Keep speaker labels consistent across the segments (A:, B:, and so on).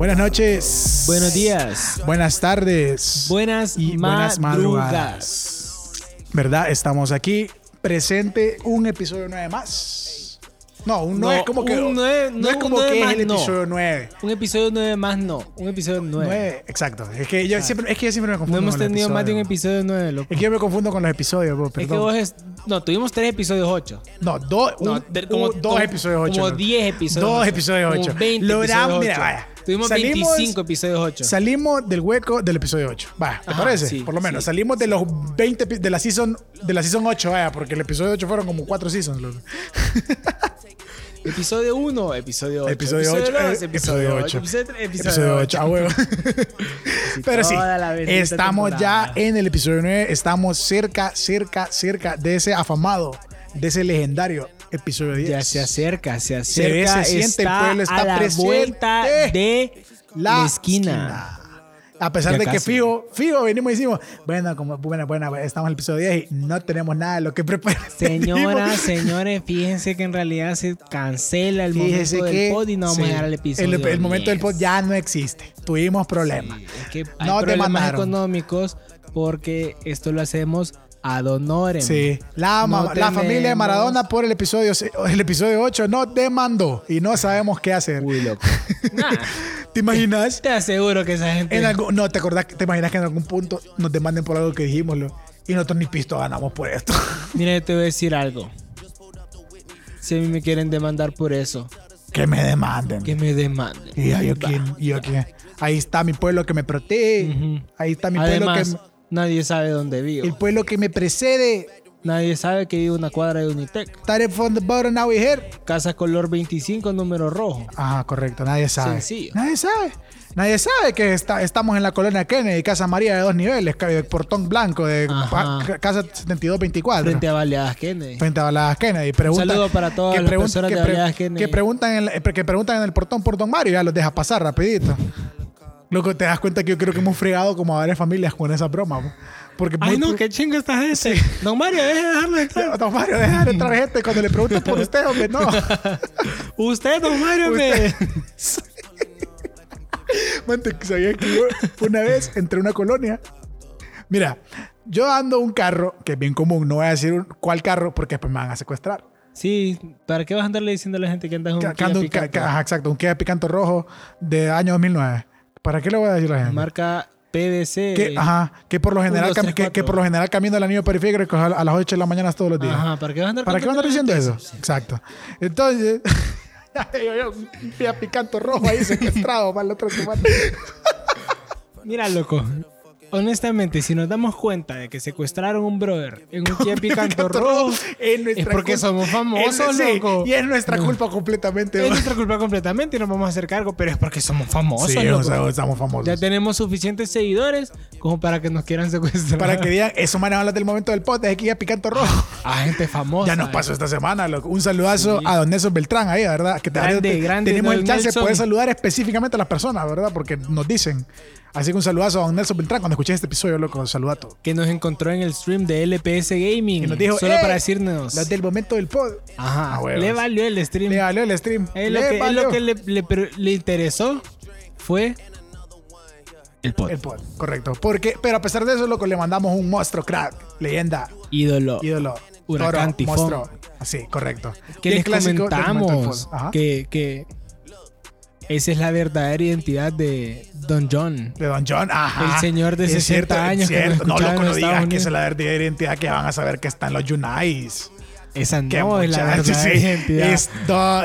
A: ah,
B: noches.
C: Buenos días.
B: Buenas tardes.
C: Buenas
B: y buenas
C: madrugadas.
B: ¿Verdad? Estamos aquí. Presente un episodio 9 más. No, un 9
C: No,
B: como que.
C: un nueve-
B: no,
C: no,
B: es
C: un
B: como
C: nueve
B: que es
C: más,
B: el
C: no.
B: episodio 9.
C: Un episodio 9 más no. Un episodio 9.
B: 9, exacto. Es que, yo siempre, es que yo siempre me
C: Ah. No
B: confundo.
C: hemos
B: con los
C: tenido más de un
B: episodios.
C: episodio 9, loco.
B: Es que yo me confundo con los episodios, bro,
C: Es que
B: perdón.
C: vos es... No, tuvimos 3 episodios 8.
B: No, dos,
C: No,
B: un-
C: de- como-
B: un- dos
C: como-
B: episodios 8.
C: Como 10 episodios.
B: Dos
C: ocho.
B: episodios
C: Como
B: ocho.
C: 20
B: Logramos-
C: episodios
B: mira,
C: ocho.
B: vaya.
C: Tuvimos
B: Salimos-
C: 25 episodios 8.
B: Salimos del hueco del episodio 8. Va, ¿te
C: Ajá,
B: parece?
C: Ah, sí,
B: Por lo menos.
C: sí,
B: Salimos de los 20 epi- de la season de la season 8, vaya, porque el episodio 8 fueron como 4 seasons. loco.
C: Episodio 1, episodio 8.
B: Episodio 8,
C: episodio 8. Episodio 3, episodio 8.
B: a ah, huevo. Pero sí,
C: toda la bendita
B: estamos
C: temporada.
B: ya en el episodio 9, estamos cerca, cerca, cerca de ese afamado, de ese legendario episodio 10.
C: Ya se acerca, se
B: Se ve,
C: acerca.
B: se siente, el
C: está
B: pueblo
C: a
B: está
C: la
B: presente.
C: vuelta de la esquina.
B: A pesar
C: Ya
B: de que
C: casi.
B: Fijo, Fijo, venimos y decimos, bueno, como buena, buena, estamos en el episodio 10 y no tenemos nada de lo que preparar.
C: Señoras, señores, fíjense que en realidad se cancela el
B: Fíjese
C: momento
B: que
C: del pod y no vamos
B: sí,
C: a llegar al episodio.
B: El, el momento del pod
C: 10.
B: ya no existe. Tuvimos problemas.
C: Sí, es que hay
B: No te
C: problemas
B: mandaron.
C: económicos porque esto lo hacemos ad honorem.
B: Sí. La,
C: No
B: ma- la familia de
C: tenemos-
B: Maradona por el episodio, se- el episodio 8 nos demandó y no sabemos qué hacer.
C: Uy, loco. Nah,
B: ¿Te imaginas?
C: te aseguro que esa gente.
B: En algún- no, ¿te acordás? ¿Te imaginas que en algún punto nos demanden por algo que dijimos? lo- Y nosotros ni pisto ganamos por esto.
C: Mira, yo te voy a decir algo. Si a mí me quieren demandar por eso,
B: que me demanden.
C: que me demanden.
B: Y yo, yo
C: Va.
B: quién, y yo quién. Ahí está mi pueblo que me protege.
C: Ujú.
B: Ahí está mi
C: Además,
B: pueblo
C: nadie sabe dónde
B: que. El
C: vivo.
B: pueblo que me precede.
C: Nadie sabe que vivo en una cuadra de Unitec.
B: Started from the bottom, now we're here.
C: Casa color 25, número rojo.
B: Ajá, correcto. Nadie sabe.
C: Sencillo.
B: Nadie sabe. Nadie sabe que está, estamos en la colonia Kennedy, Casa María de dos niveles, ca- de portón blanco de
C: Ajá.
B: pa- Casa 7224.
C: Frente a Baleadas Kennedy.
B: Frente a Baladas Kennedy. Pregunta,
C: saludo para todas las
B: pregun-
C: personas
B: que
C: de
B: pre-
C: Baladas Kennedy.
B: Que preguntan, en la- que preguntan en el portón por Don Mario y ya los deja pasar rapidito. Loco, te das cuenta que yo creo que hemos fregado como a varias familias con esa broma. po. Porque
C: Ay,
B: muy-
C: no, qué chingo estás ese. Don Mario, deja de dejarlo entrar.
B: Don Mario, deja de entrar gente cuando le preguntan por usted, hombre, no.
C: Usted, Don Mario, me.
B: Mante, que sabía que yo una vez entré a una colonia. Mira, yo ando un carro que es bien común, no voy a decir un- cuál carro porque después me van a secuestrar.
C: Sí, ¿para qué vas a andarle diciendo a la gente que andas un
B: Ca-
C: Kia
B: ando un ca-
C: Picanto?
B: ca- ajá, exacto, un Kia Picanto rojo de año 2009. ¿Para qué le voy a decir a la gente?
C: Marca PVC.
B: que, ajá, que por lo general,
C: Eh, dos,
B: cam-
C: tres,
B: que, que
C: cuatro.
B: por lo general camino el anillo periférico a, a las 8 de la mañana todos los días.
C: Ajá, ¿para qué vas a andar
B: ¿Para qué van a estar
C: contando
B: diciendo eso? Exacto. Entonces, yo, yo, un Kia Picanto rojo ahí secuestrado para el otro semana.
C: la gente? Mira, loco. Honestamente, si nos damos cuenta de que secuestraron un brother en un Kia Picanto rojo,
B: Es
C: es
B: nuestra
C: porque
B: culpa.
C: somos famosos,
B: Es- sí,
C: loco.
B: Y es nuestra culpa completamente.
C: Es nuestra culpa completamente y nos vamos a hacer cargo, pero es porque somos famosos,
B: Sí,
C: loco.
B: o sea, estamos famosos.
C: Ya tenemos suficientes seguidores como para que nos quieran secuestrar.
B: Para que digan, eso man habla del momento del podcast, es Kia Picanto rojo.
C: A gente famosa.
B: Ya nos pasó esta semana, loco. Un saludazo a Don Nelson Beltrán ahí, ¿verdad? Que te-
C: Grande,
B: te-
C: grande,
B: Tenemos
C: don
B: el chance de
C: Nelson.
B: poder saludar específicamente a las personas, ¿verdad? Porque nos dicen. Así que un saludazo a Don Nelson Beltrán cuando escuché este episodio, loco. Saluda a todos.
C: Que nos encontró en el stream de LPS Gaming.
B: Y nos dijo,
C: Mm, solo
B: "Eh,
C: para decirnos.
B: Los del momento del pod.
C: Ajá.
B: Ah, huevos.
C: le valió el stream.
B: Le valió el stream.
C: Eh, lo,
B: Le
C: que, es
B: valió
C: lo que le, le- pero le interesó fue el pod.
B: El pod, correcto. Porque, pero a pesar de eso, loco, le mandamos un monstruo crack, leyenda,
C: ídolo.
B: ídolo,
C: Huracán,
B: toro,
C: tifón.
B: monstruo. Así, correcto.
C: Que
B: Bien
C: les
B: clásico del momento del pod.
C: comentamos
B: Ajá.
C: que, que esa es la verdadera identidad de Don John.
B: De Don John, ajá.
C: El señor de
B: Es
C: 60 años que nos
B: cierto. No,
C: escuchaba
B: loco,
C: en
B: no
C: Estados
B: digas que
C: Unidos.
B: esa es la verdadera identidad que van a saber que están los Yunais.
C: Esa no
B: Que
C: es la
B: muchachos,
C: verdadera
B: sí.
C: identidad.
B: Esto-
C: Esa-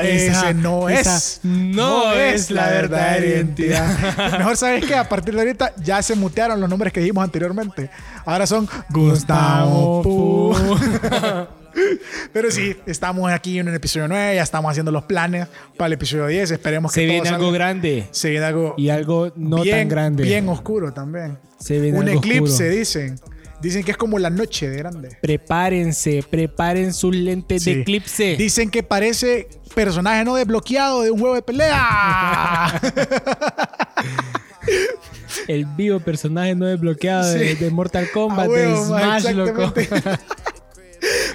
B: ese no
C: esa
B: es.
C: no es la verdadera
B: Mejor sabes que a partir de ahorita ya se mutearon los nombres que dijimos anteriormente. Ahora son Gustavo Pu. Pero sí, estamos aquí en el episodio 9, ya estamos haciendo los planes para el episodio 10. Esperemos que
C: Se
B: todo
C: viene
B: salga-
C: algo grande
B: Se viene algo
C: y algo no
B: bien,
C: tan grande.
B: bien oscuro también.
C: Se viene
B: Un
C: algo
B: eclipse,
C: oscuro.
B: dicen. Dicen que es como la noche de grande.
C: Prepárense, preparen sus lentes
B: Sí.
C: de eclipse.
B: Dicen que parece personaje no desbloqueado de un juego de pelea.
C: El vivo personaje no desbloqueado de,
B: Sí.
C: de Mortal Kombat,
B: A Ah, huevo,
C: de
B: ma,
C: Smash, loco.
B: exactamente.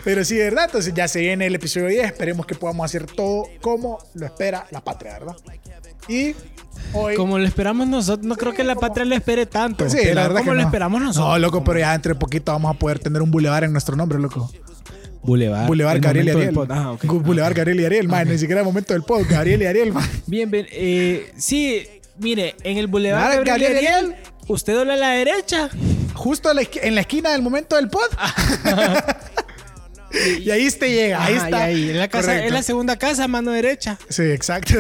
B: Pero sí, ¿verdad? Entonces ya se viene el episodio 10. Esperemos que podamos hacer todo como lo espera la patria, ¿verdad? Y Hoy. pues
C: Como lo esperamos nosotros, no creo que la patria lo espere tanto.
B: Sí,
C: pero
B: la verdad
C: como
B: que
C: lo
B: no.
C: esperamos nosotros.
B: No, loco, pero ya entre poquito vamos a poder tener un bulevar en nuestro nombre, loco.
C: Boulevard.
B: Bulevar
C: Ah, el
B: Gabriel y
C: momento del
B: Ariel.
C: pod. Ah, ok.
B: Gu- Boulevard Gabriel y Ariel, man, ni siquiera el momento del pod. Gabriel y Ariel, man.
C: Bien, bien. eh, sí, mire, en el
B: Nada,
C: Boulevard Gabriel,
B: Gabriel
C: Ariel,
B: Ariel.
C: usted dobla a la derecha.
B: Justo a la esqui- en la esquina del momento del pod. y ahí te llega, ahí
C: Ajá,
B: está.
C: Ah, y ahí, en la casa,
B: Correcto.
C: en la segunda casa, mano derecha.
B: Sí, exacto.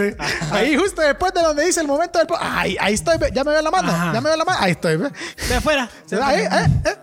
B: Ahí justo después de donde dice el momento del pod. Ahí, ahí estoy, ve. ya me veo la mano,
C: Ajá.
B: ya me veo la mano. Ahí estoy, ve.
C: De afuera.
B: Se da ahí, eh, eh,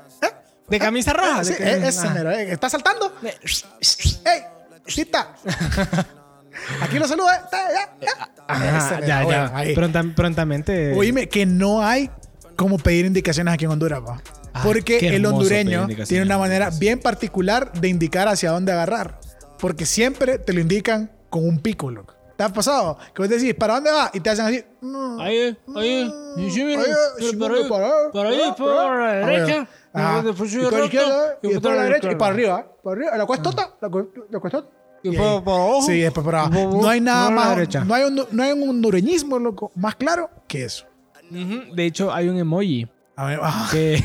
C: De camisa roja.
B: sí,
C: de ah.
B: eh,
C: camisa-
B: ese
C: ajá.
B: mero, eh. ¿Está saltando?
C: De-
B: ¡Ey! ¡Chita! Aquí lo saluda. eh. Ta, ya, ya.
C: Ajá,
B: Ese mero,
C: Ah,
B: ah,
C: ya,
B: bueno,
C: ya.
B: ahí.
C: Prontam- prontamente.
B: Oíme, que no hay como pedir indicaciones aquí en Honduras, pa.
C: Ah,
B: Porque
C: qué
B: el
C: hermoso pedir
B: hondureño
C: indicaciones.
B: tiene una manera bien particular de indicar hacia dónde agarrar. Porque siempre te lo indican con un pico, loco. ¿Te ha pasado? Que vos decís, ¿para dónde va? Y te hacen así. mm,
C: Ahí, ahí.
B: mm,
C: Y sí, mira,
B: ahí,
C: pero
B: sí,
C: para ahí, para ahí, para la
B: Ah, bueno.
C: derecha,
B: Ajá.
C: y después
B: Y
C: sigue
B: para la
C: recto,
B: izquierda,
C: y
B: y después
C: para
B: a la
C: la
B: derecha, y
C: izquierda.
B: para arriba, ¿eh? para arriba, la cuestota,
C: Ah.
B: la cu- la cuestota.
C: Y
B: Y
C: para-
B: ahí.
C: para abajo.
B: Sí, después para abajo.
C: Y para-
B: No hay nada
C: para la
B: más.
C: derecha.
B: No hay, un, no hay un hondureñismo, loco, más claro que eso.
C: Ujú, De hecho, hay un emoji
B: A ver, ah,
C: que,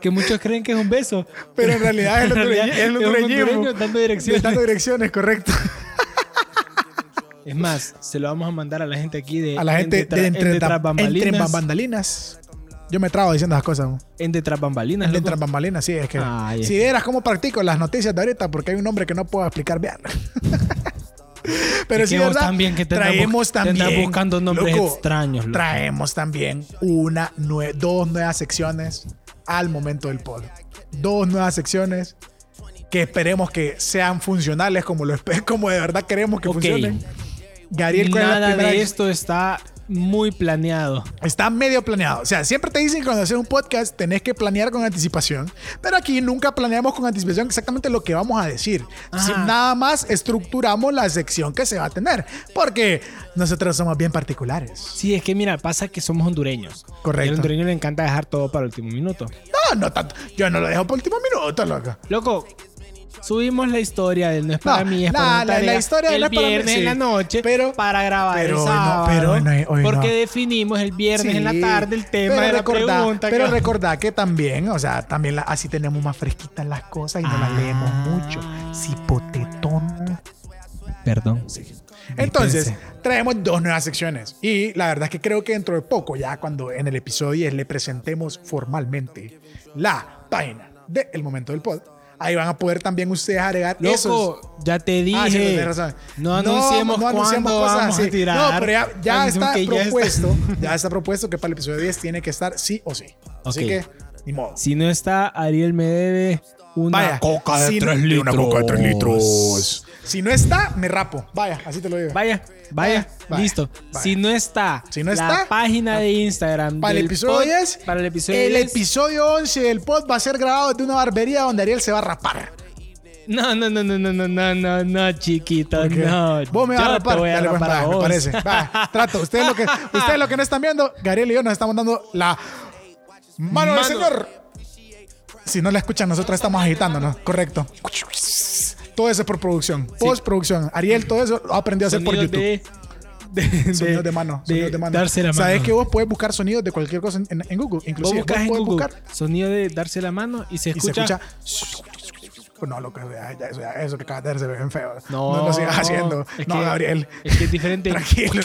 C: que muchos creen que es un beso.
B: Pero en realidad es el
C: En realidad
B: hondureño. Es el
C: es un
B: hondureñismo.
C: hondureño dando direcciones.
B: Dando direcciones, correcto.
C: Es más, se lo vamos a mandar a la gente aquí de
B: A la gente
C: en detra-
B: de entre,
C: en detrás bambalinas.
B: entre bambalinas. Yo me trabo diciendo esas cosas. mo.
C: En detrás bambalinas.
B: Entre
C: loco. Ah,
B: bambalinas, sí, es que.
C: Ay, es
B: si vieras cómo practico las noticias de ahorita, porque hay un nombre que no puedo explicar bien. Pero
C: Es
B: sí,
C: que vos
B: ¿verdad?
C: también que te andas
B: traemos
C: bus- te andas
B: también.
C: buscando nombres extraños, loco.
B: Traemos también una nue- dos nuevas secciones al momento del pod. Dos nuevas secciones que esperemos que sean funcionales como, lo, espe- como de verdad queremos que
C: Ok.
B: funcionen. Gabriel, ¿cuál es la
C: Nada
B: primera
C: de
B: que-
C: esto está muy planeado.
B: Está medio planeado. O sea, siempre te dicen que cuando haces un podcast tenés que planear con anticipación. Pero aquí nunca planeamos con anticipación exactamente lo que vamos a decir.
C: Ajá.
B: Si nada más estructuramos la sección que se va a tener. Porque nosotros somos bien particulares.
C: Sí, es que mira, pasa que somos hondureños.
B: Correcto.
C: Y al hondureño le encanta dejar todo para el último minuto.
B: No, no tanto. Yo no lo dejo por último minuto, loco.
C: Loco, subimos la historia del No es para
B: No,
C: mí, es
B: la-
C: para
B: la-
C: mi tarea
B: la historia del
C: el
B: No es para mí,
C: viernes
B: sí.
C: en la noche
B: Pero-
C: para grabar
B: pero
C: el
B: hoy no,
C: sábado.
B: pero hoy no, hoy no.
C: porque definimos el viernes en la
B: Sí.
C: tarde el tema
B: Pero
C: de la
B: recordá-
C: pregunta.
B: Pero
C: que-
B: recordá que también, o sea, también la- así tenemos más fresquitas las cosas y no las leemos
C: Ah.
B: mucho. Cipotetón.
C: Perdón.
B: Entonces,
C: Dispense.
B: traemos dos nuevas secciones. Y la verdad es que creo que dentro de poco, ya cuando en el episodio 10 le presentemos formalmente la página del momento del pod, ahí van a poder también ustedes agregar
C: Loco,
B: esos.
C: ya te dije.
B: Ah, sí, tenés razón.
C: No anunciemos cuándo vamos
B: así.
C: a tirar.
B: No, pero ya, ya
C: Anunciamos
B: está
C: que ya está.
B: propuesto. Ya está. propuesto que para el episodio 10 tiene que estar sí o sí. Así
C: Ok.
B: que, ni modo.
C: Si no está, Ariel me debe una
B: Vaya, si no-
C: tres
B: una coca de tres litros. Si no está, me rapo. Vaya, así te lo digo.
C: Vaya, vaya,
B: Eh, Vaya,
C: listo.
B: vaya.
C: Si no está,
B: Si no
C: la
B: está,
C: página de Instagram
B: Para el
C: del
B: episodio
C: pod-
B: 10,
C: para el episodio
B: el
C: 10.
B: episodio 11 del pod va a ser grabado desde una barbería donde Ariel se va a rapar.
C: No, no, no, no, no, no, no, no, no, chiquito,
B: Porque
C: no.
B: vos me vas
C: Yo
B: a
C: te
B: rapar.
C: voy
B: Dale, pues,
C: rapar a
B: va, me
C: vos.
B: parece. Va, trato. Ustedes lo, que, ustedes lo que no están viendo, Gabriel y yo nos estamos dando la mano, del
C: Mano.
B: señor. Si no la escuchan, nosotros estamos agitándonos. Correcto. Todo eso es por producción. Postproducción. Ariel, todo eso lo aprendió a hacer por
C: Sonidos
B: YouTube.
C: de- de-
B: sonidos
C: de-
B: de mano.
C: de
B: Sonidos de mano.
C: darse la mano.
B: Sabes que vos puedes buscar sonidos de cualquier cosa en, en- en Google.
C: Vos
B: Inclusive, vos
C: buscas en
B: puedes
C: Google
B: buscar
C: sonido de darse la mano y se
B: y se
C: escucha.
B: escucha. Pues No, loco, ya, ya, eso, ya, eso que acabas de hacer se ve bien feo.
C: No,
B: No, lo sigas haciendo.
C: es
B: no,
C: que-
B: Gabriel.
C: Es que es diferente.
B: Tranquilo.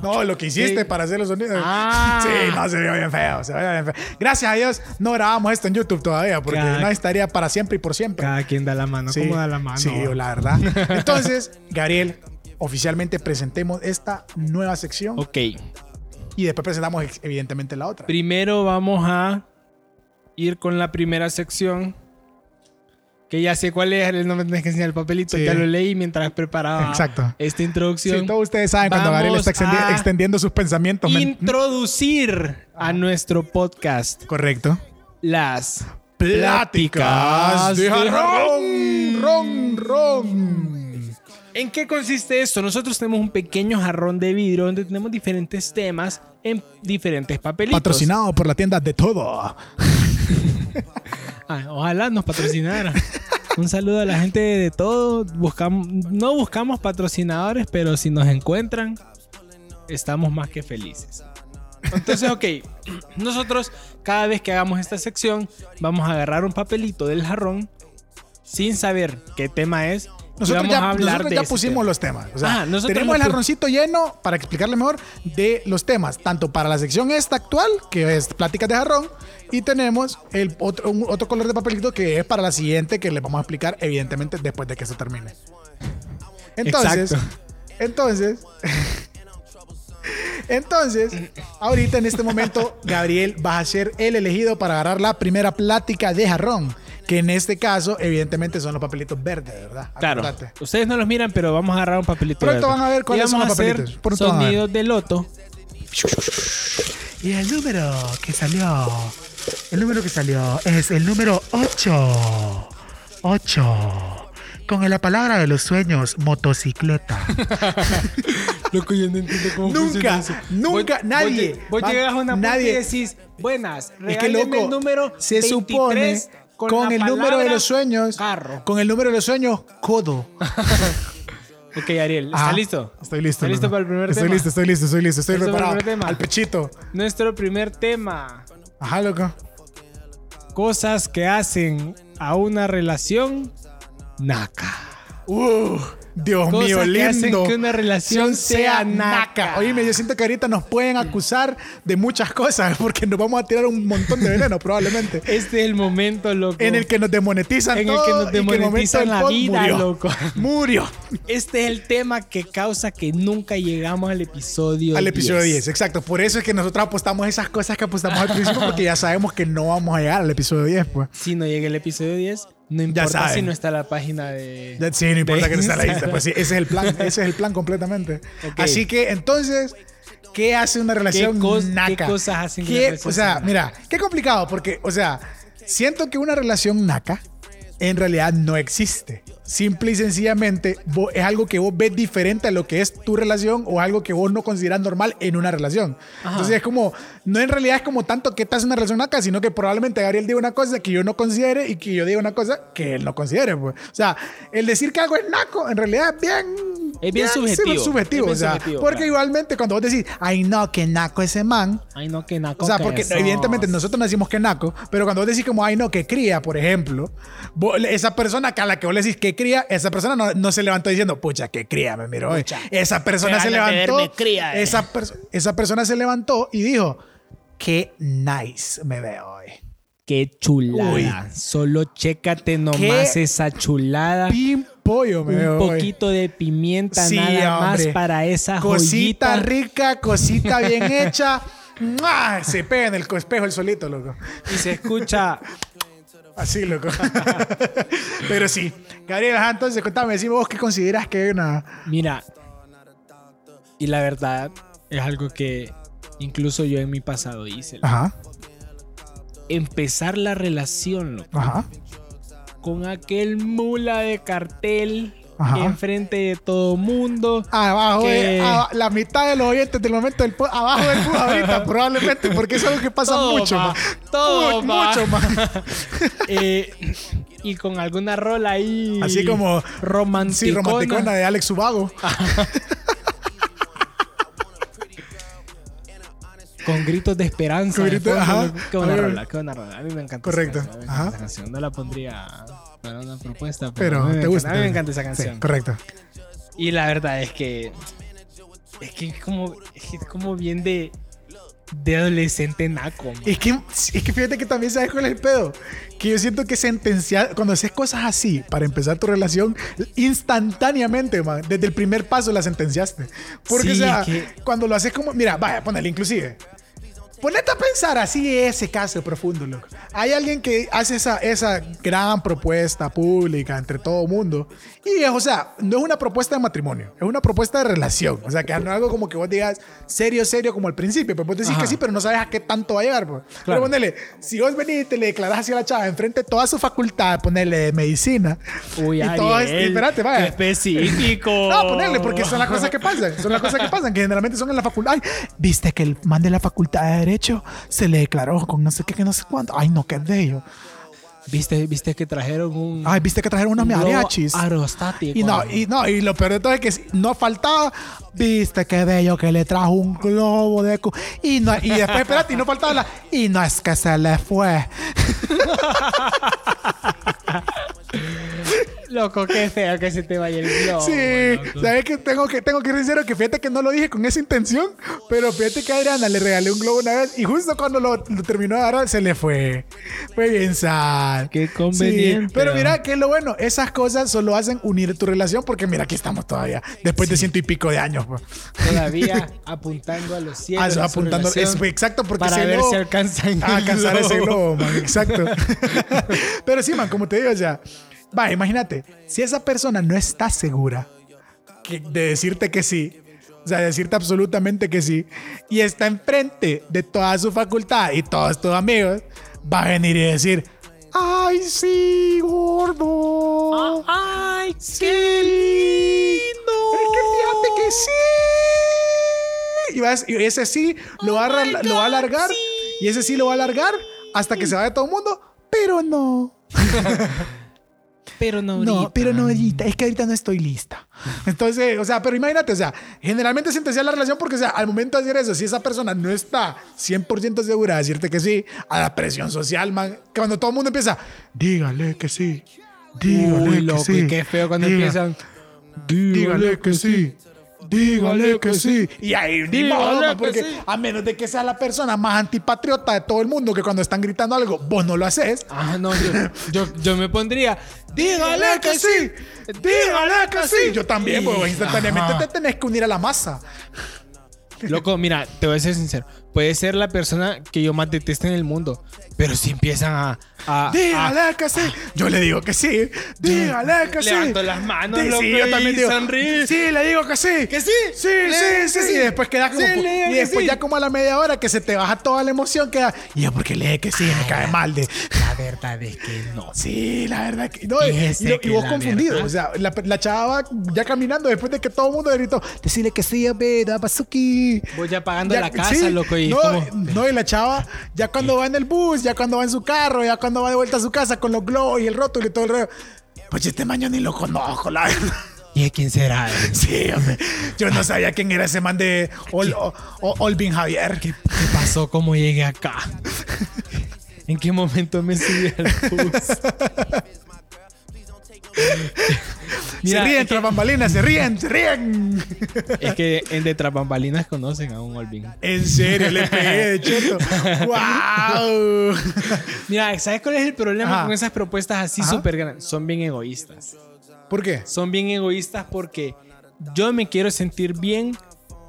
B: No, lo que hiciste
C: Sí.
B: para hacer los sonidos.
C: Ah.
B: Sí, no, se vio bien feo. Se vio bien feo. Gracias a Dios, no grabamos esto en YouTube todavía, porque
C: Cada-
B: no estaría para siempre y por siempre.
C: Cada quien da la mano.
B: Sí,
C: ¿Cómo da la mano?
B: Sí, la verdad. Entonces, Gabriel, oficialmente presentemos esta nueva sección
C: Ok.
B: y después presentamos, ex- evidentemente, la otra.
C: Primero vamos a ir con la primera sección. Que ya sé cuál es, no me tenés que enseñar el papelito,
B: Sí.
C: ya lo leí mientras preparaba
B: Exacto.
C: esta
B: Sí,
C: introducción.
B: todos ustedes saben cuando
C: Vamos
B: Gabriel está extendi-
C: a
B: extendiendo sus pensamientos. men-
C: Introducir a nuestro podcast
B: Correcto.
C: las
B: Pláticas de
C: jarrón.
B: jarrón, ron, ron.
C: ¿En qué consiste esto? Nosotros tenemos un pequeño jarrón de vidrio donde tenemos diferentes temas en diferentes papelitos.
B: Patrocinado por la tienda de todo.
C: Ah, ojalá nos patrocinara. Un saludo a la gente de todo. Buscamos, no buscamos patrocinadores, pero si nos encuentran, estamos más que felices. Entonces, ok, nosotros cada vez que hagamos esta sección vamos a agarrar un papelito del jarrón sin saber qué tema es. y
B: Nosotros
C: vamos
B: ya,
C: a hablar
B: nosotros
C: de
B: ya
C: ese
B: pusimos
C: tema.
B: los temas. O sea,
C: Ah, nosotros
B: tenemos
C: lo
B: el
C: pu-
B: jarroncito lleno, para explicarle mejor, de los temas, tanto para la sección esta actual, que es Pláticas de Jarrón, y tenemos el otro, un- otro color de papelito que es para la siguiente, que les vamos a explicar, evidentemente, después de que se termine. Entonces,
C: Exacto.
B: entonces, entonces, ahorita en este momento, Gabriel va a ser el elegido para agarrar la primera plática de jarrón. Que en este caso, evidentemente, son los papelitos verdes, ¿verdad?
C: Claro.
B: Acordate.
C: Ustedes no los miran, pero vamos a agarrar un papelito.
B: Pronto
C: verde.
B: van a ver
C: Y
B: cuáles
C: vamos
B: son los
C: a hacer
B: papelitos. Pronto van a ver.
C: Sonidos de loto.
B: Y el número que salió. El número que salió es el número 8. 8. Con la palabra de los sueños, motocicleta.
C: Loco, yo no entiendo cómo
B: Nunca,
C: funciona eso.
B: nunca, nadie.
C: Vos, vos
B: Va-
C: llegas a una
B: nadie.
C: nadie. y decís, buenas,
B: Es que
C: regáleme
B: loco,
C: el número
B: se
C: 23
B: supone con,
C: la
B: el número de
C: palabra
B: los sueños,
C: Carro.
B: con el número de los sueños, codo.
C: Ok, Ariel, ¿está
B: Ah,
C: listo?
B: Estoy listo.
C: ¿Está listo
B: Luna.
C: para el primer
B: estoy
C: tema?
B: Listo, estoy listo, estoy listo, estoy
C: ¿Listo para el
B: preparado.
C: primer tema?
B: Al pechito.
C: Nuestro primer tema.
B: Ajá, loco.
C: Cosas que hacen a una relación naca.
B: Uh, Dios
C: Cosas
B: mío,
C: que hacen
B: lindo.
C: que una relación sea naca.
B: Oíme, yo siento que ahorita nos pueden acusar de muchas cosas porque nos vamos a tirar un montón de veneno probablemente.
C: Este es el momento, loco.
B: En el que nos demonetizan
C: En el
B: todo
C: que nos
B: y el momento
C: demonetizan
B: del
C: la
B: pod
C: vida,
B: murió.
C: loco.
B: Murió
C: Este es el tema que causa que nunca llegamos al episodio
B: al episodio 10. exacto. Por eso es que nosotros apostamos esas cosas que apostamos al principio porque ya sabemos que no vamos a llegar al episodio 10, pues.
C: Si no llega el episodio 10, no importa
B: saben.
C: si no está la página de...
B: Ya, Sí, no importa
C: de
B: que no sea la lista.
C: Instagram.
B: Pues sí, ese es el plan, ese es el plan completamente.
C: Ok.
B: Así que entonces, ¿qué hace una relación
C: cos- qué
B: naca?
C: cosas hacen que
B: ¿Qué-
C: una relación
B: O sea,
C: naca?
B: mira, qué complicado, porque, o sea, siento que una relación naca en realidad no existe. Simple y sencillamente vo- es algo que vos ves diferente a lo que es tu relación o algo que vos no consideras normal en una relación.
C: Ajá.
B: Entonces es como, no en realidad es como tanto que estás en una relación naca, sino que probablemente Gabriel diga una cosa que yo no considere y que yo diga una cosa que él no considere. Pues. O sea, el decir que algo es naco en realidad es bien...
C: Es bien subjetivo.
B: sí, subjetivo,
C: Es bien
B: o sea,
C: subjetivo,
B: porque
C: claro.
B: igualmente cuando vos decís, ay no, que naco ese man,
C: Ay, no, que naco
B: o sea,
C: que
B: porque
C: sos.
B: evidentemente nosotros no decimos que naco, pero cuando vos decís como, ay, no, que cría, por ejemplo, vos- esa persona a la que vos le decís que cría, esa persona no, no se levantó diciendo, pucha, que cría, me miró. hoy".
C: Pucha,
B: Esa persona
C: qué
B: se
C: ganas de
B: levantó.
C: verme cría, eh.
B: esa, perso- esa persona se levantó y dijo, qué nice me veo hoy.
C: Qué chulada.
B: Uy.
C: Solo chécate nomás
B: Qué
C: esa chulada.
B: Pim pollo me
C: Un
B: veo hoy".
C: poquito de pimienta
B: Sí,
C: nada
B: hombre.
C: más para esa
B: Cosita
C: joyita.
B: rica, cosita bien hecha. ¡Mua! Se pega en el co- espejo el solito, loco.
C: Y se escucha.
B: Así, loco. Pero sí. Gabriel, ajá, entonces contame, decime vos qué consideras que hay una...
C: Mira. Y la verdad es algo que incluso yo en mi pasado hice.
B: Ajá,
C: Empezar la relación loco,
B: ajá.
C: con aquel mula de cartel
B: Ajá.
C: enfrente de todo mundo.
B: Abajo de...
C: Que-
B: a- la mitad de los oyentes del momento del... po- Abajo del bus ahorita, probablemente, porque es algo que pasa
C: Todo
B: mucho,
C: va,
B: ma.
C: todo
B: Mu-
C: va.
B: Mucho, más.
C: Eh, y con alguna rola ahí.
B: Así como-
C: Romanticona. Ah,
B: Sí, romanticona de Alex Subago.
C: Con gritos de esperanza.
B: Con
C: de
B: gritos,
C: fondo,
B: ajá.
C: loco. Qué
B: A
C: buena
B: ver.
C: rola, qué buena rola. A mí me encanta
B: Correcto,
C: esa canción. a mí me encanta
B: ajá.
C: esa canción. No la pondría para una propuesta, pero,
B: Pero
C: a mí me
B: te
C: encanta-
B: gusta.
C: A mí me
B: te-
C: encanta esa
B: sí,
C: canción.
B: correcto.
C: y la verdad es que. Es que es como, es que es como bien de. De adolescente naco. man.
B: Es que, es que fíjate que también sabes cuál es el pedo. Que yo siento que sentenciar, cuando haces cosas así para empezar tu relación, instantáneamente, man, desde el primer paso la sentenciaste. Porque,
C: Sí,
B: o sea,
C: es que-
B: cuando lo haces como, mira, vaya, ponele inclusive. Ponete a pensar así ese caso profundo, loco. Hay alguien que hace esa, esa gran propuesta pública entre todo mundo. Y es, o sea, no es una propuesta de matrimonio, es una propuesta de relación. O sea, que no es algo como que vos digas serio, serio como al principio. Pues vos decís
C: Ajá.
B: que sí, pero no sabes a qué tanto va a llegar. Pues. Pero
C: Claro.
B: ponele, si vos venís y te le declarás hacia la chava enfrente de toda su facultad, ponele de medicina.
C: Uy,
B: y todo
C: Ariel,
B: es- espérate, vaya.
C: qué específico.
B: No, ponerle, porque son las cosas que pasan. Son las cosas que pasan, que generalmente son en la facultad. Ay, viste que el man de la facultad de Derecho se le declaró con no sé qué, que no sé cuánto. Ay, no, qué bello.
C: ¿Viste, viste que trajeron un.
B: Ay, viste que trajeron unos
C: un globo
B: mariachis.
C: Aerostático.
B: Y no, y no, y lo peor de todo es que si- no faltaba, viste qué bello que le trajo un globo de cu y no, y después espérate, y no faltaba la y no es que se le fue.
C: Loco, qué feo que se te vaya el globo.
B: sí,
C: loco.
B: sabes que tengo que tengo que ser sincero que fíjate que no lo dije con esa intención, pero fíjate que a Adriana le regalé un globo una vez y justo cuando lo, lo terminó de agarrar se le fue. Fue bien sad.
C: Qué
B: Sí,
C: conveniente,
B: pero
C: ¿no?
B: mira que es lo bueno, esas cosas solo hacen unir tu relación porque mira aquí estamos todavía después de ciento y pico de años. pues. po.
C: Todavía apuntando a los cielos.
B: Ah,
C: su
B: apuntando.
C: relación
B: es- exacto, porque
C: Para
B: ese
C: ver
B: globo-
C: si alcanzan.
B: a
C: el
B: alcanzar
C: globo.
B: ese globo, man. Exacto. Pero sí, man, como te digo, ya. Va, imagínate, si esa persona no está segura que- de decirte que sí, o sea, de decirte absolutamente que sí, y está enfrente de toda su facultad y todos tus amigos, va a venir y decir: ¡Ay, sí, gordo!
C: Ah. ¡Ay,
B: ¡Qué lindo! Es que fíjate que sí. Y, vas- y ese sí lo, va, a,
C: Oh my
B: arra- lo va a
C: God,
B: alargar.
C: sí.
B: Y ese sí lo va a alargar hasta que se vaya todo el mundo. Pero no.
C: Pero no
B: No,
C: ahorita.
B: pero no ahorita. Es que ahorita no estoy lista. Entonces, o sea, pero imagínate, o sea, generalmente se intensifica la relación porque, o sea, al momento de hacer eso, si esa persona no está 100% segura de decirte que sí, a la presión social, man, que cuando todo el mundo empieza, dígale que sí. Dígale
C: Uy,
B: que
C: loco,
B: sí.
C: y qué feo cuando
B: diga-
C: empiezan.
B: Dígale que sí. Dígale que sí. Y ahí, ni
C: Dígale
B: modo, man,
C: que
B: porque
C: sí.
B: a menos de que seas la persona más antipatriota de todo el mundo, que cuando están gritando algo, vos no lo haces.
C: Ah, no, yo, yo, yo me pondría. ¡Dígale que sí!
B: Dígale que sí. Yo también,
C: Sí.
B: pues instantáneamente
C: Ajá.
B: te tenés que unir a la masa.
C: Loco, mira, te voy a ser sincero. Puede ser la persona que yo más deteste en el mundo. Pero si empiezan a. a- a-
B: Dígale que sí. Yo le digo que sí. Dígale que sí.
C: ah. Levanto las manos,
B: Di-
C: loco,
B: sí, yo
C: y
B: también digo.
C: sonríe.
B: Sí, le digo que sí.
C: ¿Que sí?
B: Sí,
C: Le digo
B: sí, sí,
C: que
B: sí.
C: sí.
B: Y después queda como.
C: Sí, le digo
B: y
C: que
B: después
C: sí.
B: ya como a la media hora que se te baja toda la emoción, queda. Y es porque le dije que sí, me cae mal de.
C: La verdad es que no.
B: Sí, la verdad que. No, y,
C: Fíjese
B: lo- y
C: este que
B: vos
C: la
B: confundido.
C: verdad-
B: O sea, la, la chava ya caminando después de que todo el mundo le gritó: Decirle que sí, da Bazuki.
C: Voy ya eh, pagando
B: Ya-
C: la casa,
B: sí,
C: loco. Y
B: no,
C: como.
B: no, y la chava, ya cuando va en el bus, ya cuando va en su carro, ya cuando va de vuelta a su casa con los globos y el rótulo y todo el rollo. Pues este maño ni lo conozco, la verdad.
C: ¿Y a quién será?
B: Sí, hombre. Yo no sabía quién era ese man de Ol- o- o- Olvin Javier.
C: ¿Qué, qué pasó? ¿Cómo llegué acá? ¿En qué momento me subí al bus? Mira,
B: se ríen,
C: es que-
B: tras bambalinas, se ríen, se ríen.
C: Es que en Detrás Bambalinas conocen a un Olvin.
B: En serio, le pegué de cheto. ¡Wow!
C: Mira, ¿sabes cuál es el problema
B: Ajá.
C: con esas propuestas así
B: Ajá.
C: súper grandes? Son bien egoístas.
B: ¿Por qué?
C: Son bien egoístas porque yo me quiero sentir bien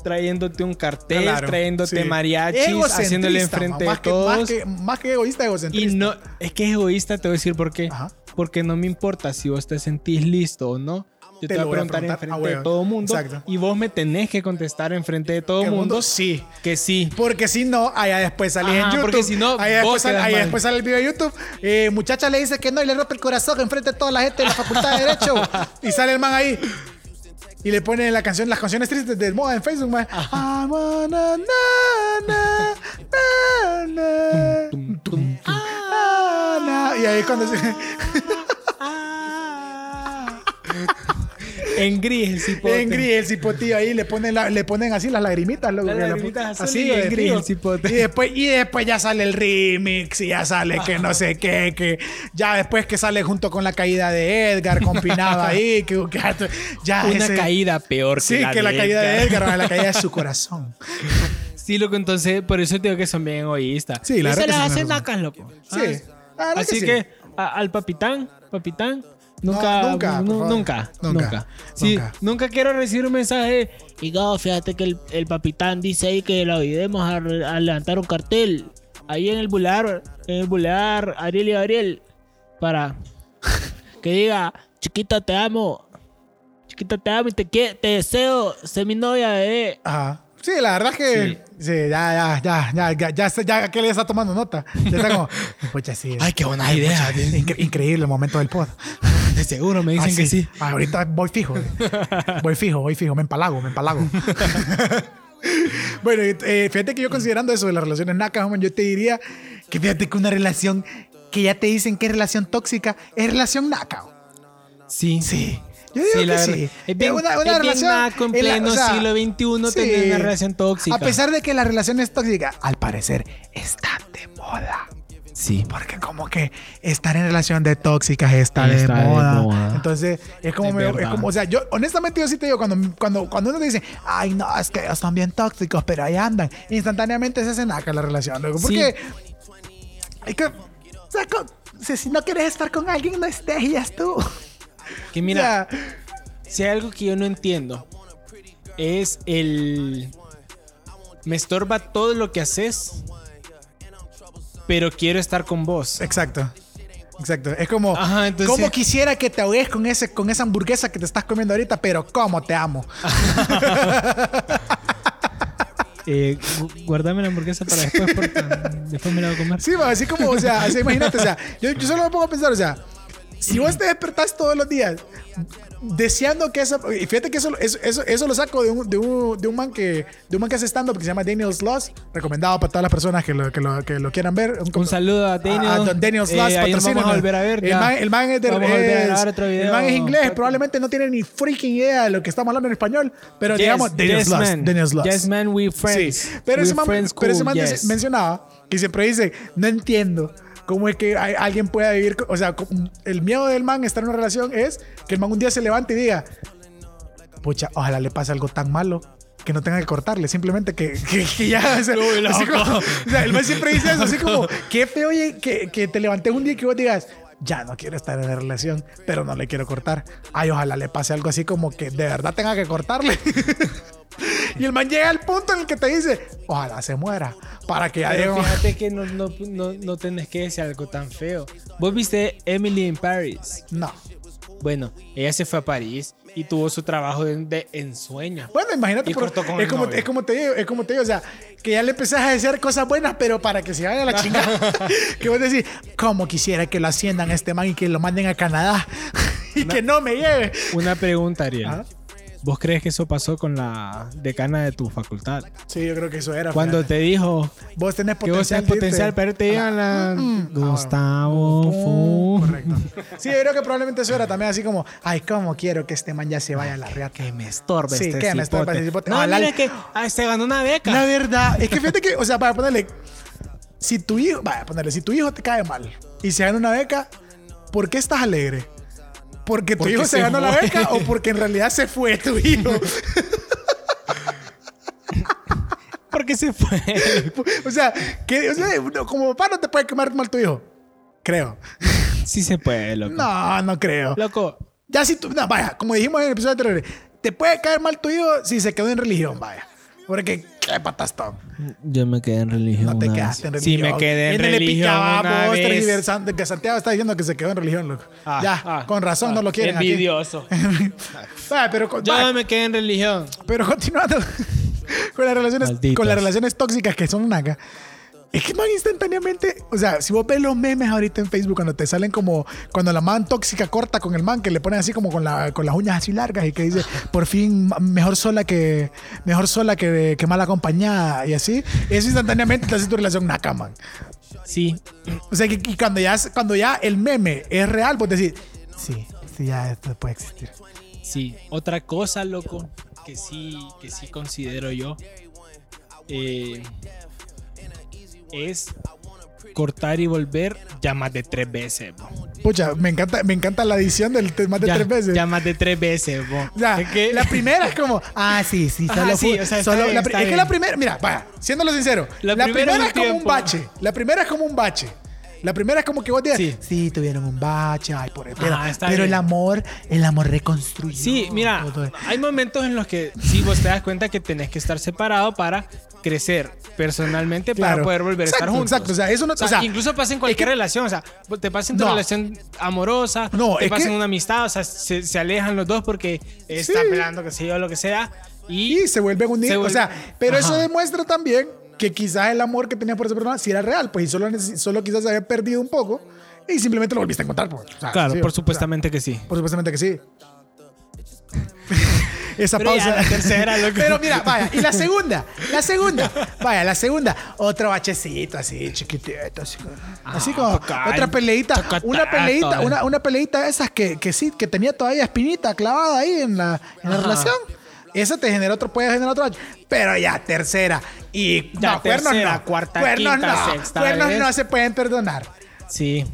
C: trayéndote un cartel,
B: Claro,
C: trayéndote
B: sí.
C: mariachis,
B: Egocentrista,
C: haciéndole
B: mamá,
C: enfrente de
B: más que-
C: todos.
B: más, que, más que egoísta,
C: Y
B: egocentrista.
C: no, es que es egoísta, te voy a decir por qué.
B: Ajá.
C: Porque no me importa si vos te sentís listo o no.
B: Te
C: Yo te,
B: lo
C: voy a preguntar enfrente
B: ah,
C: de
B: huevo.
C: todo mundo.
B: Exacto.
C: Y vos me tenés que contestar enfrente de todo
B: ¿Que el
C: mundo,
B: mundo? Sí.
C: que sí.
B: Porque si no, allá después salís
C: Ajá,
B: en YouTube.
C: porque si no,
B: allá
C: vos
B: después, sal-
C: quedas
B: allá
C: mal.
B: después sale el video de YouTube. eh, muchacha le dice que no y le rompe el corazón enfrente de toda la gente de la Facultad de Derecho. y sale el man ahí. Y le pone la canción, las canciones tristes del moda en Facebook, man. I wanna na, na, na, na,
C: Tum, tum, tum.
B: na, Ah, na. Y ahí cuando se.
C: En gris, el cipote.
B: En gris, el cipotillo ahí le ponen, la- le ponen así las lagrimitas, loco,
C: Las
B: que la-
C: lagrimitas azules
B: así
C: y en
B: de
C: gris
B: fijo.
C: el cipote.
B: Y después, y después ya sale el remix, y ya sale que no sé qué, que ya después que sale junto con la caída de Edgar, con Pinado ahí, que, que- ya
C: Una
B: Ah, ese-
C: caída peor
B: Sí,
C: que la,
B: que
C: de
B: la caída de
C: Edgar. Ah,
B: Edgar, ma, la caída de su corazón.
C: Sí, loco, entonces por eso te digo que son bien egoístas.
B: Sí, la
C: Y
B: verdad
C: se
B: que
C: las
B: sí me
C: hacen
B: gusta.
C: lacas, loco.
B: Sí,
C: Ah,
B: la verdad
C: Así
B: que sí.
C: que, a- al papitán, papitán,
B: No,
C: nunca,
B: nunca, por
C: nu-
B: favor.
C: nunca,
B: Nunca,
C: nunca, Sí,
B: nunca.
C: nunca. quiero recibir un mensaje. Y no, fíjate que el, el papitán dice ahí que lo ayudemos a, re- a levantar un cartel ahí en el bulevar, en el bulevar Ariel y Gabriel, para que diga, chiquita te amo, chiquita te amo y te, quie- te deseo, sé mi novia, bebé.
B: Ajá. Sí, la verdad es que. Sí. ya, ya, ya, ya, ya, ya, ya, que le está tomando nota. Ya está como, pucha, sí.
C: qué buena idea.
B: incre- increíble el momento del pod.
C: De seguro me dicen
B: Ah,
C: que sí.
B: Ah, ahorita voy fijo. Voy fijo, voy fijo. Me empalago, me empalago. bueno, eh, fíjate que yo considerando eso de las relaciones nacas, hombre, yo te diría que fíjate que una relación que ya te dicen que es relación tóxica, es relación naca. o.
C: Sí.
B: Sí. Yo digo
C: Sí,
B: que
C: la verdad.
B: sí.
C: Es bien,
B: una- una
C: es bien
B: relación
C: naco en
B: en la-
C: pleno
B: o sea,
C: siglo XXI
B: sí.
C: tener una relación tóxica.
B: A pesar de que la relación es tóxica, al parecer está de moda.
C: Sí.
B: Porque como que estar en relación de tóxicas está,
C: Está
B: de,
C: de
B: moda.
C: moda.
B: Entonces, es como,
C: Es
B: me- es
C: verdad.
B: como- o sea, yo honestamente yo sí te digo, cuando, cuando, cuando uno te dice, ay, no, es que ellos son bien tóxicos, pero ahí andan, instantáneamente se cenaca la relación. loco, Porque es que, o sea, con- o sea, si no quieres estar con alguien, no estés y ya es tú.
C: Que mira,
B: O sea,
C: Si hay algo que yo no entiendo es el me estorba todo lo que haces, pero quiero estar con vos.
B: exacto. Exacto. Es como,
C: Ajá, entonces-
B: como quisiera que te ahogues con, ese, con esa hamburguesa que te estás comiendo ahorita, pero cómo te amo.
D: Eh, gu- guardame la hamburguesa para después, porque después me la voy a comer.
B: Sí, va, así como, o sea, así, imagínate, o sea, yo, yo solo me pongo a pensar, o sea, si vos te despertás todos los días deseando que esa. Y fíjate que eso, eso, eso, eso lo saco de un, de un, de un man que de un man que hace stand-up que se llama Daniel Sloss, recomendado para todas las personas que lo, que lo, que lo quieran ver. Un,
C: Un saludo
B: a-
C: a
B: a
C: Daniel. Eh,
B: don Daniel Sloss,
C: ahí nos
B: patrocínanos.
C: vamos a volver a ver.
B: El
C: ya.
B: man, el man es de-
C: Vamos a volver a
B: es-
C: grabar otro
B: El
C: video.
B: man es inglés, probablemente no tiene ni freaking idea de lo que estamos hablando en español, pero
C: Yes,
B: digamos Daniel
C: yes,
B: Sloss.
C: man.
B: Daniel Sloss.
C: Yes, man, we friends.
B: Sí, pero
C: We
B: ese man,
C: friends
B: pero ese
C: cool,
B: man dice-
C: yes.
B: mencionaba que siempre dice, no entiendo cómo es que hay- alguien pueda vivir, co- o sea, co- el miedo del man estar en una relación es que el man un día se levante y diga, pucha, ojalá le pase algo tan malo. Que no tenga que cortarle, simplemente que, que- que ya. O sea, así como- o sea, el man siempre dice eso, así como, qué feo oye, que, que te levanté un día y que vos digas, ya no quiero estar en la relación, pero no le quiero cortar. Ay, ojalá le pase algo así como que de verdad tenga que cortarle. Y el man llega al punto en el que te dice, ojalá se muera, para que ya
C: Pero
B: llegue-
C: fíjate que no, no, no, no tenés que decir algo tan feo. Vos viste Emily in Paris.
B: No.
C: Bueno, ella se fue a París y tuvo su trabajo de, de ensueño.
B: Bueno, imagínate,
C: Y
B: por-
C: cortó con
B: es,
C: el
B: como,
C: novio.
B: es como te digo, es como te digo, o sea, que ya le empezás a decir cosas buenas, pero para que se vaya a la chingada. que vos decís, cómo quisiera que lo asciendan a este man y que lo manden a Canadá y que no me lleve.
C: Una pregunta, Ariel.
B: Ajá.
C: ¿Vos crees que eso pasó con la decana de tu facultad?
B: Sí, yo creo que eso era.
C: Cuando
B: fíjate.
C: te dijo
B: vos tenés
C: que vos
B: potencial,
C: tenías potencial,
B: ¿viste?
C: pero te iban la... Gustavo
B: Pum,
C: Fu.
B: Uh, Correcto. Sí, yo creo que probablemente eso era también así como, ay, cómo quiero que este man ya se vaya a la reata.
C: Que me estorbe
B: Sí,
C: este
B: que me estorbe
C: cipote.
B: este cipote.
C: No,
B: Ojalá-
C: mira, es que ah, se ganó una beca.
B: La verdad, es que fíjate que, o sea, para ponerle, si tu hijo, vaya, ponerle, si tu hijo te cae mal y se gana una beca, ¿por qué estás alegre? ¿Porque tu
C: Porque
B: hijo se
C: se
B: ganó la
C: fue.
B: beca o porque en realidad se fue tu hijo?
C: Porque se fue.
B: o sea, que, o sea, uno como papá no te puede quemar mal tu hijo. Creo.
C: sí se puede, loco.
B: No, no creo.
C: Loco,
B: Ya si tú, no, vaya, como dijimos en el episodio anterior, te puede caer mal tu hijo si se quedó en religión, vaya. Porque, qué patastón.
C: yo me quedé en religión
B: No te
C: una
B: quedaste
C: vez.
B: en religión.
C: Sí, me quedé en
B: Viéndole
C: religión
B: picaba
C: una
B: vos,
C: vez.
B: tergiversando, este que Santiago está diciendo que se quedó en religión, loco.
C: Ah,
B: ya,
C: ah,
B: con razón
C: ah,
B: no lo quieren aquí.
C: Envidioso.
B: Vaya, pero, con-
C: Yo
B: vaya,
C: me quedé en religión.
B: pero continuando con las relaciones
C: Malditos.
B: con las relaciones tóxicas que son naca. Es que man instantáneamente, o sea, si vos ves los memes ahorita en Facebook cuando te salen como cuando la man tóxica corta con el man que le ponen así como con, la, con las uñas así largas y que dice, por fin ma- mejor sola que mejor sola que, que mal acompañada y así, eso instantáneamente te hace tu relación naca, man.
C: Sí.
B: O sea, que, que cuando, ya, cuando ya el meme es real, pues decir, sí, sí, ya esto puede existir.
C: Sí, otra cosa, loco, que sí, que sí considero yo, eh, es cortar y volver ya más de tres veces, bo.
B: Pucha, me encanta, me encanta la edición del te- más de
C: ya,
B: tres veces.
C: Ya más de tres veces, bo.
B: O sea,
C: Es que-
B: la primera es como, ah, sí, sí,
C: Ajá,
B: solo
C: sí,
B: fue-
C: o sea, está
B: solo-
C: bien,
B: la pri-
C: está
B: Es que
C: bien.
B: la primera, mira, vaya, siéndolo sincero, la,
C: La
B: primera,
C: primera
B: es
C: es
B: como
C: un
B: un
C: tiempo.
B: bache. La primera es como un bache. La primera es como que vos digas, sí,
C: Sí.
B: tuvieron un bache, ay, por pero,
C: Ah, está
B: pero el
C: bien.
B: amor, el amor reconstruyó.
C: Sí, mira,
B: todo".
C: hay momentos en los que sí vos te das cuenta que tenés que estar separado para crecer personalmente
B: Claro.
C: para poder volver a
B: Exacto,
C: estar juntos.
B: exacto, o sea, eso no-
C: O sea,
B: o sea,
C: incluso pasa en cualquier relación, o sea, vos te pasa en tu
B: No.
C: relación amorosa,
B: No, es
C: te pasa
B: que-
C: en una amistad, o sea, se, se alejan los dos porque están peleando, qué sé yo, lo que sea, y
B: y se vuelven a unir.
C: Se
B: O
C: vuelve-
B: sea, pero eso
C: Ajá.
B: demuestra también que quizás el amor que tenías por esa persona sí era real, pues y solo, neces- solo quizás se había perdido un poco y simplemente lo volviste a encontrar. pues. O sea,
C: claro,
B: sí, o
C: por
B: sea,
C: supuestamente que sí.
B: por supuestamente que sí. esa
C: Pero ya
B: pausa.
C: la tercera, loco.
B: Pero mira, vaya, y la segunda, la segunda, vaya, la segunda, otro bachecito así, chiquitito, así, como- así como
C: Ah, toca-
B: otra peleita,
C: tocatazo,
B: una peleita,
C: eh.
B: una, una peleita de esas que, que sí, que tenía todavía espinita clavada ahí en la, en la
C: Ajá.
B: relación. Esa te genera otro, puede generar otro bache. Pero ya, tercera. Y
C: Ya,
B: no, cuernos
C: tercera,
B: no.
C: cuarta,
B: cuernos
C: quinta,
B: no.
C: sexta,
B: cuernos
C: ¿ves?
B: no se pueden perdonar.
C: Sí.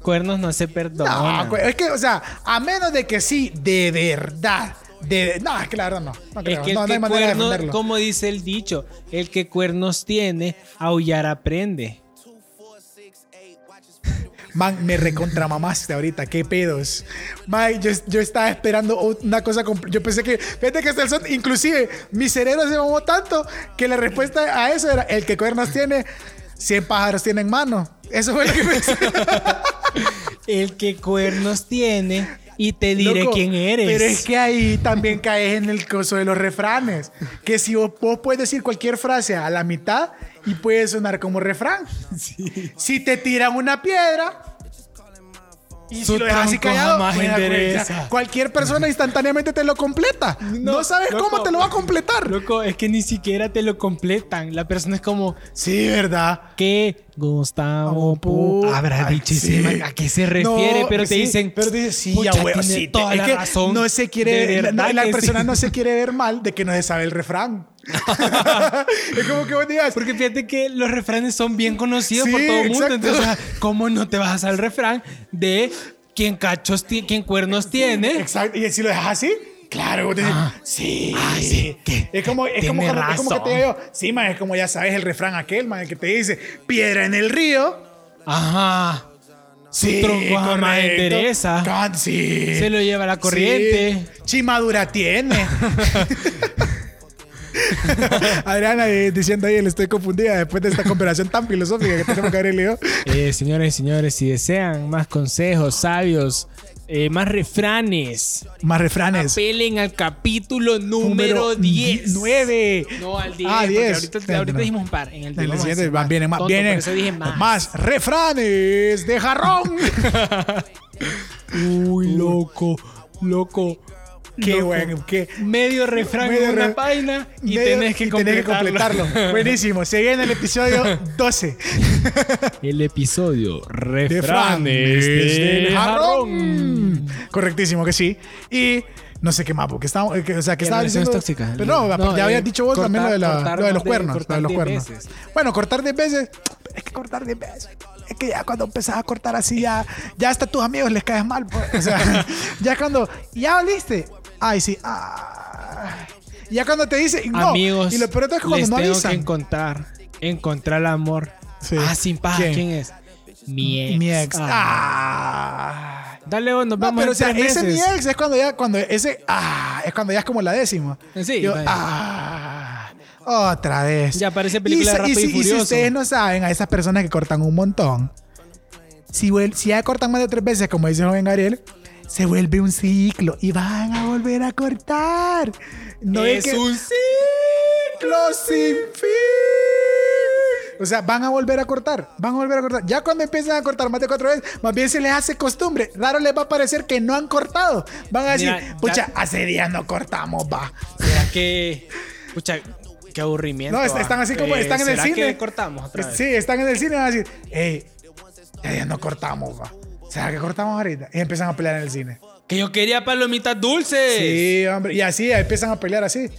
C: Cuernos no se perdonan.
B: No, cu- es que, o sea, a menos de que sí, de verdad. De, no, es que la verdad no. No, creo.
C: Es que el
B: no, no
C: que
B: hay manera de
C: cuernos-
B: defenderlo.
C: como dice el dicho, el que cuernos tiene, aullar aprende.
B: Man, me recontramamaste ahorita, qué pedos. Man, yo, yo estaba esperando una cosa. compl- Yo pensé que, fíjate que hasta el son, inclusive mi cerebro se mamó tanto que la respuesta a eso era: el que cuernos tiene, 100 pájaros tiene en mano. Eso fue lo que pensé.
C: El que cuernos tiene y te diré
B: Loco,
C: quién eres.
B: Pero es que ahí también caes en el coso de los refranes. Que si vos, vos puedes decir cualquier frase a la mitad y puede sonar como refrán. Si te tiran una piedra. Y
C: Su
B: si lo dejas así
C: tronco
B: callado,
C: jamás
B: mira, güey,
C: endereza.
B: ya, cualquier persona instantáneamente te lo completa. No, sabes
C: loco.
B: cómo te lo va a completar.
C: Loco, es que ni siquiera te lo completan. La persona es como,
B: Sí, ¿verdad?
C: ¿qué? Gustavo
B: Gustavo Pu-
C: Pu habrá
B: Ay,
C: dicho
B: sí.
C: ese man, a qué se refiere,
B: No,
C: pero te
B: sí,
C: dicen,
B: pero te dicen, sí,
C: "Pucha,
B: ya, güey,
C: tiene
B: sí,
C: toda
B: es
C: la
B: que
C: razón.
B: No se
C: De
B: quiere, la,
C: verdad
B: la
C: que
B: persona
C: sí.
B: no se quiere ver mal de que no se sabe el refrán. es como que vos digas,
C: Porque fíjate que los refranes son bien conocidos
B: Sí,
C: por todo el mundo.
B: exacto.
C: Entonces, o sea, ¿cómo no te vas al refrán de quien cachos tiene, quien cuernos tiene?
B: exacto, y si lo dejas así, claro, vos decís,
C: Ah.
B: sí,
C: Ay, sí, que
B: es como, es como,
C: tiene
B: cuando- es como que
C: razón.
B: te digo, sí, man, es como ya sabes el refrán aquel, man, el que te dice, piedra en el río.
C: Ajá.
B: Sí,
C: tronco jamás
B: correcto.
C: endereza.
B: Can- sí.
C: Se lo lleva la corriente.
B: Sí. Chimadura tiene. Adriana eh, diciendo ahí, le estoy confundida después de esta conversación tan filosófica que tenemos que haber leído.
C: Eh, señores y señores, si desean más consejos sabios, eh, más refranes,
B: Más refranes.
C: apelen al capítulo número 10.
B: 9.
C: No, al 10.
B: Ah,
C: porque
B: 10.
C: Ahorita, ahorita
B: No.
C: dijimos un par. En el,
B: En el
C: vamos a
B: siguiente
C: decir
B: van- vienen más,
C: Tonto,
B: vienen
C: por eso dije más.
B: más refranes de jarrón.
C: Uy, loco, loco.
B: qué
C: loco.
B: bueno, qué,
C: medio refrán
B: Medio
C: en una
B: re-
C: página y
B: medio-
C: tenés que
B: y
C: completarlo.
B: Buenísimo. Se viene el episodio 12.
C: El episodio
B: de
C: Refranes
B: Franes
C: del
B: del
C: Jarrón.
B: Jarrón. Correctísimo que sí. Y no sé qué más, porque estaba, eh, que- o sea, que
C: Que
B: estaba
C: las relaciones
B: diciendo.
C: tóxicas.
B: Pero no,
C: No,
B: ya
C: eh,
B: habías dicho vos
C: cortar-
B: también lo de, la-
C: cortar
B: lo de los
C: más de-
B: cuernos. lo
C: cortar
B: de los
C: diez
B: cuernos.
C: veces.
B: Bueno, cortar 10 veces. pero Es que cortar 10 veces. Es que ya cuando empezás a cortar así, ya, ya hasta a tus amigos les caes mal. pues. O sea, ya cuando. Ya oliste. Ay, sí. ah. Y ya cuando te dicen. No.
C: Amigos,
B: y lo peor de todo es que cuando
C: les
B: no
C: tengo que
B: avisan.
C: encontrar, encontrar el amor.
B: Sí.
C: Ah, sin paja, ¿quién,
B: ¿Quién?
C: es? Mi ex.
B: Mi ex.
C: Ah.
B: Ah.
C: Dale, vos, nos
B: No,
C: vemos
B: pero o
C: en
B: sea,
C: tres
B: ese mi
C: meses.
B: ex es cuando ya, cuando ese, ah, es cuando ya es como la décima.
C: Sí,
B: Yo,
C: vaya.
B: ah, otra vez.
C: Ya parece película de
B: si-
C: Rápido y
B: si- si
C: Furioso.
B: ustedes no saben, a esas personas que cortan un montón, si, vuel- si ya cortan más de tres veces, como dice el joven Ariel, se vuelve un ciclo y van a volver a cortar. No
C: es
B: que-
C: un ciclo.
B: ciclo sin fin. O sea, van a volver a cortar, van a volver a cortar. Ya cuando empiezan a cortar más de cuatro veces, más bien se les hace costumbre. Raro les va a parecer que no han cortado. Van a decir,
C: Mira, ya-
B: pucha, hace días no cortamos, va.
C: ¿Será que... Pucha, qué aburrimiento.
B: No, est-
C: ah.
B: están así como,
C: Eh,
B: están en el
C: ¿será
B: cine.
C: que cortamos otra vez?
B: Sí, están en el cine y van a decir, hey, ya, ya no cortamos, va. ¿Será que cortamos ahorita? Y empiezan a pelear en el cine.
C: Que yo quería palomitas dulces.
B: Sí, hombre. Y así empiezan a pelear así.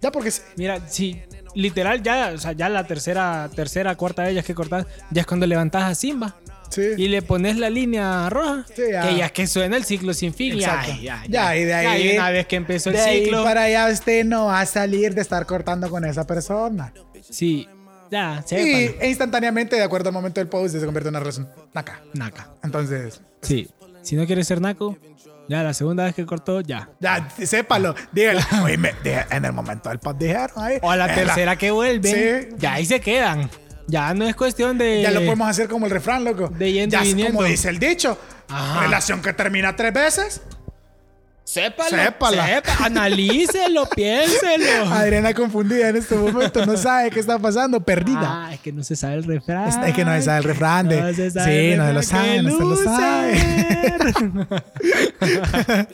B: Ya porque sí.
C: Mira, sí, literal, ya, o sea, ya la tercera, tercera, cuarta de ellas que cortás, ya es cuando levantás a Simba
B: sí.
C: y le pones la línea roja.
B: Sí, ya.
C: Que ya es que suena el ciclo sin fin. y
B: Exacto.
C: ay, ya,
B: Ya, y de ahí-
C: una vez que empezó el
B: De ahí
C: ciclo.
B: para allá usted no va a salir de estar cortando con esa persona.
C: Sí, ya,
B: Y
C: sepan.
B: e instantáneamente, de acuerdo al momento del post, se convierte en una relación naca.
C: Naca.
B: Entonces,
C: Sí. Si no quieres ser naco, ya la segunda vez que cortó, ya.
B: ya, sépalo. Dígale, oye, me- de- en el momento del post dijeron ahí.
C: O a la
B: en
C: tercera que vuelven,
B: Eh, Sí.
C: ya ahí se quedan. Ya no es cuestión de.
B: Ya lo podemos hacer como el refrán, loco.
C: De yendo
B: ya
C: y
B: es
C: viniendo.
B: como dice el dicho.
C: Ajá.
B: Relación que termina tres veces.
C: Sépalo.
B: Sépala.
C: sepa- analícelo, piénselo.
B: Adriana confundida en este momento, no sabe qué está pasando, perdida.
C: Ah, es que no se sabe el refrán.
B: Es que no se sabe el refrán de.
C: No se sabe
B: sí,
C: el
B: no se lo
C: refrán,
B: sabe,
C: qué
B: no se lo sabe.
C: loser.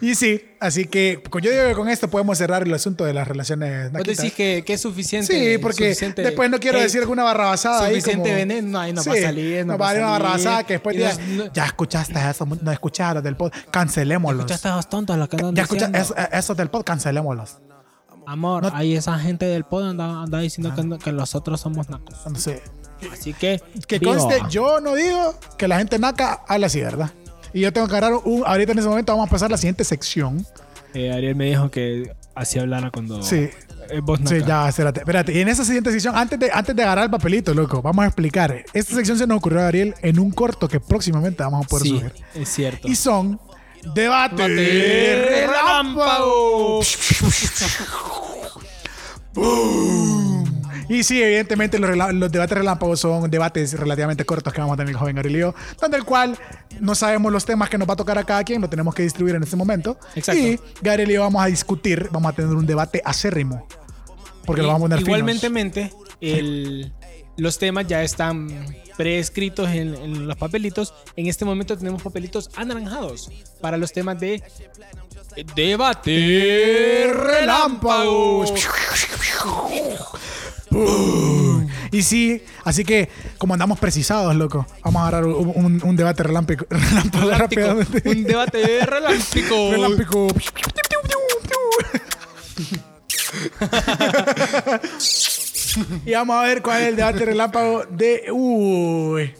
B: Y sí, así que con- yo digo que con esto podemos cerrar el asunto de las relaciones.
C: Vos
B: naquitas.
C: decís que, que es suficiente.
B: Sí, porque
C: suficiente-
B: después no quiero
C: Ey,
B: decir alguna barrabasada ahí.
C: Suficiente
B: como-
C: veneno, no, ahí no
B: Sí,
C: va a salir. No
B: nos
C: va
B: va
C: a
B: a dar una
C: salir.
B: barrabasada que después
C: Y
B: digas,
C: no- no-
B: ya escuchaste eso, mu- no escucharon del podcast, cancelémoslos.
D: Escuchaste a los tontos los que andan
B: Ya escuchaste
D: diciendo.
B: eso, eso del podcast, cancelémoslos.
D: Amor,
B: No- Ah.
D: ahí esa gente del pod anda, anda diciendo que, que nosotros somos nacos.
B: Sí.
D: Así que.
B: Que
D: viva.
B: conste, yo no digo que la gente naca habla así, ¿verdad? Y yo tengo que agarrar un. Ahorita en ese momento vamos a pasar a la siguiente sección.
C: Eh, Ariel me dijo que así hablara cuando.
B: Sí.
C: Eh, vos no
B: Sí,
C: acá.
B: ya, espérate, espérate. Y en esa siguiente sección, antes de, antes de agarrar el papelito, loco, vamos a explicar. Esta sección se nos ocurrió a Ariel en un corto que próximamente vamos a poder
C: Sí,
B: subir.
C: es cierto.
B: Y son debate
C: Debate
B: relámpago. Boom. Y sí, evidentemente los, rela- los debates relámpagos son debates relativamente cortos que vamos a tener el joven Ariel y yo, donde el cual no sabemos los temas que nos va a tocar a cada quien, lo tenemos que distribuir en este momento.
C: Exacto.
B: Y Gabriel y yo vamos a discutir, vamos a tener un debate acérrimo, porque lo
C: Y-
B: vamos a poner finos.
C: Igualmente, el- los temas ya están preescritos en, en los papelitos. En este momento tenemos papelitos anaranjados para los temas de debate relámpago.
B: relámpagos. Boom. Y sí, así que como andamos precisados, loco, vamos a agarrar un, un- un debate relámpico. Relámpago
C: Relámpico,
B: rápidamente.
C: Un debate relámpago.
B: Relámpico. y vamos a ver cuál es el debate relámpago de. Uy,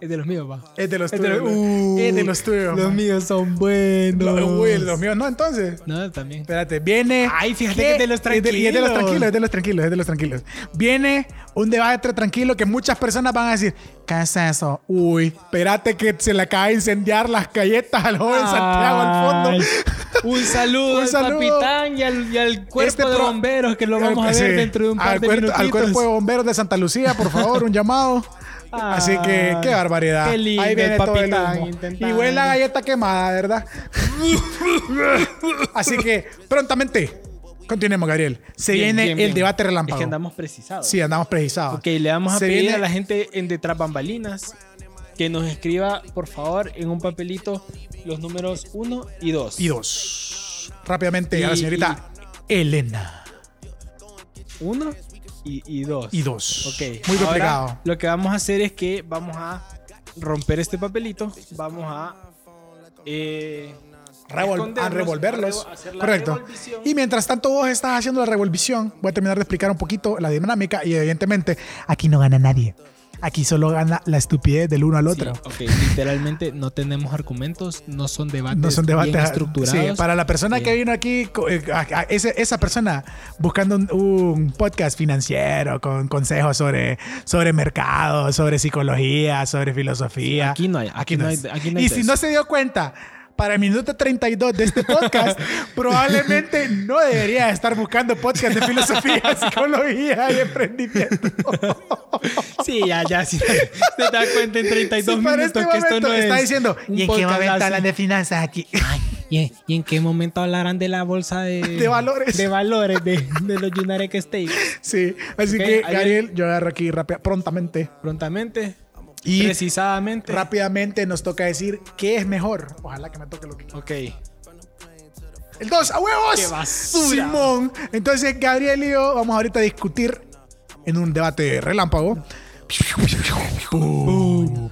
C: Es de los míos, va.
B: es de los
C: Es Este de
B: tuyos.
C: los-
B: loco. Es de
C: Uy,
B: los tuyos.
C: Los
B: man.
C: míos son buenos.
B: Los, uy, los míos no, entonces.
C: No, también.
B: Espérate, viene.
C: Ay, fíjate que es de los
B: Y es de los
C: tranquilos.
B: tranquilos, es de los tranquilos, es de los tranquilos. Viene un debate tranquilo que muchas personas van a decir: ¿Qué es eso? Uy, espérate que se le acaba de incendiar las galletas al joven Santiago al fondo.
C: Ay, Un saludo
B: Un
C: al
B: saludo.
C: capitán y al, y al cuerpo
B: Este
C: de
B: pro-
C: bomberos que lo vamos a ver
B: Sí,
C: dentro de un par
B: al
C: de
B: cuerpo- Al
C: minutitos.
B: cuerpo de bomberos de Santa Lucía, por favor, un llamado. Así que, qué
C: Ay,
B: barbaridad.
C: Ah, qué lindo
B: Ahí viene
C: el
B: todo el
C: papitán
B: humo.
C: intentando.
B: Y huele la galleta quemada, ¿verdad? Así que, prontamente, continuemos, Gabriel. Se
C: Bien,
B: viene
C: bien,
B: el
C: bien.
B: debate relámpago.
C: Es que andamos precisados.
B: Sí, andamos precisados.
C: Ok, le vamos a
B: Se
C: pedir
B: viene-
C: a la gente en detrás bambalinas que nos escriba, por favor, en un papelito los números 1 y 2.
B: Y dos. Rápidamente, a la
C: Y-
B: señorita Elena.
C: 1 y 2.
B: Y dos.
C: Ok.
B: Muy
C: ahora
B: complicado.
C: Lo que vamos a hacer es que vamos a romper este papelito. Vamos a. eh,
B: Revol- a
C: esconderlos,
B: revolverlos.
C: a revo- hacer la
B: Correcto.
C: revolvisión.
B: Y mientras tanto vos estás haciendo la revolvisión, voy a terminar de explicar un poquito la dinámica y evidentemente aquí no gana nadie. Aquí solo gana la estupidez del uno al
C: Sí,
B: otro.
C: ok, literalmente no tenemos argumentos, no son debates,
B: No son debates
C: bien
B: ah,
C: estructurados.
B: sí, para la persona que
C: Bien.
B: vino aquí, co- eh, a- a- ese- esa persona buscando un, un podcast financiero con consejos sobre, sobre mercado, sobre psicología, sobre filosofía.
C: Aquí no hay, aquí, no hay,
B: es.
C: aquí no hay
B: y
C: de
B: si
C: eso.
B: no se dio cuenta, para el minuto 32 de este podcast, probablemente no debería estar buscando podcast de filosofía, psicología y emprendimiento.
C: Sí, ya, ya, sí. Te das cuenta en 32
B: Si para
C: minutos
B: este
C: que esto
B: momento
C: no es.
B: está diciendo,
C: un
B: ¿y en qué
C: podcast
B: momento
C: así".
B: hablan de finanzas aquí?
C: Ay, ¿y, en- y en qué momento hablarán de la bolsa de,
B: De valores.
C: De valores de, de los United States.
B: Sí, así
C: Ok,
B: que
C: ahí
B: Gabriel, yo agarro aquí rápida- prontamente.
C: Prontamente,
B: Y
C: precisadamente.
B: rápidamente nos toca decir qué es mejor. Ojalá que me toque lo que quiero.
C: Ok.
B: El 2, a huevos.
C: ¡Qué basura!
B: Simón. Entonces, Gabriel y yo vamos ahorita a discutir en un debate relámpago. Boom.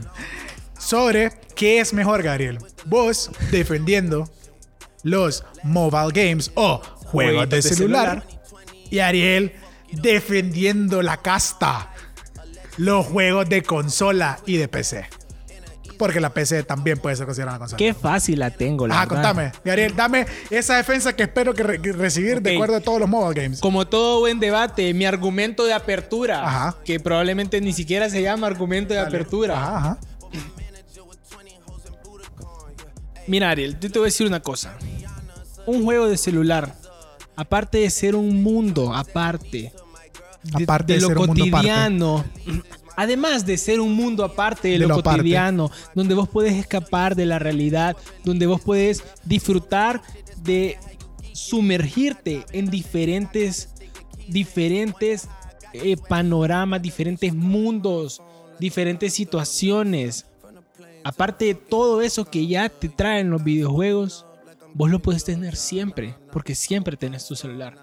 B: Sobre qué es mejor, Gabriel. Vos defendiendo los mobile games o juegos
C: Jueguitos
B: de
C: de
B: celular. Y Ariel defendiendo la casta. Los juegos de consola y de PC. Porque la PC también puede ser considerada una consola.
C: Qué fácil la tengo, la
B: Ajá,
C: verdad.
B: Ah, contame. Gabriel, dame esa defensa que espero que re- que recibir de
C: Ok.
B: acuerdo a todos los mobile games.
C: Como todo buen debate, mi argumento de apertura,
B: Ajá.
C: que probablemente ni siquiera se llama argumento de apertura.
B: Ajá, ajá.
C: Mira, Ariel, yo te voy a decir una cosa. Un juego de celular, aparte de ser un mundo aparte, de,
B: Aparte
C: de
B: de
C: lo
B: ser un mundo aparte.
C: cotidiano, además de ser un mundo aparte de,
B: De
C: lo,
B: lo aparte.
C: cotidiano, donde vos podés escapar de la realidad, donde vos podés disfrutar de sumergirte en diferentes, diferentes eh, panoramas, diferentes mundos, diferentes situaciones. Aparte de todo eso que ya te traen los videojuegos, Vos lo puedes tener siempre, porque siempre tenés tu celular,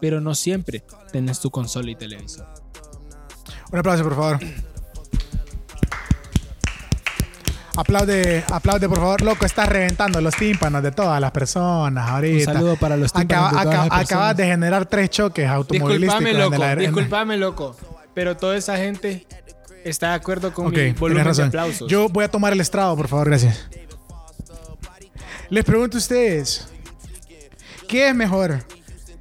C: pero no siempre tenés tu consola y televisor.
B: Un aplauso, por favor. Aplaude, aplaude, por favor. Loco, estás reventando los tímpanos de todas las personas ahorita.
C: Un saludo para los tímpanos
B: Acaba-
C: de todas
B: acá-
C: las personas.
B: Acabas de generar tres choques automovilísticos.
C: Disculpame,
B: en el
C: loco,
B: aer- en-
C: disculpame, loco, pero toda esa gente está de acuerdo con
B: Ok,
C: mi volumen
B: tienes
C: de
B: razón.
C: aplausos.
B: Yo voy a tomar el estrado, por favor, gracias. Les pregunto a ustedes, ¿qué es mejor?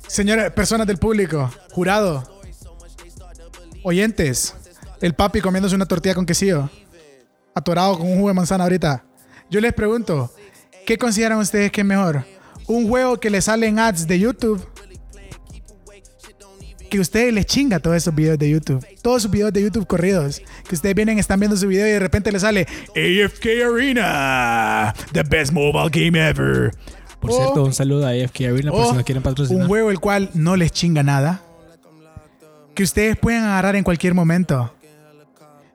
B: Señores, personas del público, jurado, oyentes, el papi comiéndose una tortilla con quesillo, atorado con un jugo de manzana ahorita. Yo les pregunto, ¿qué consideran ustedes que es mejor? ¿Un juego que le salen ads de YouTube? que ustedes les chinga todos esos videos de YouTube. Todos sus videos de YouTube corridos. Que ustedes vienen, están viendo su video y de repente les sale AFK Arena, the best mobile game ever.
C: Por
B: O-
C: cierto, un saludo a AFK Arena por
B: o
C: si nos quieren patrocinar.
B: Oh. Un juego el cual no les chinga nada. Que ustedes pueden agarrar en cualquier momento.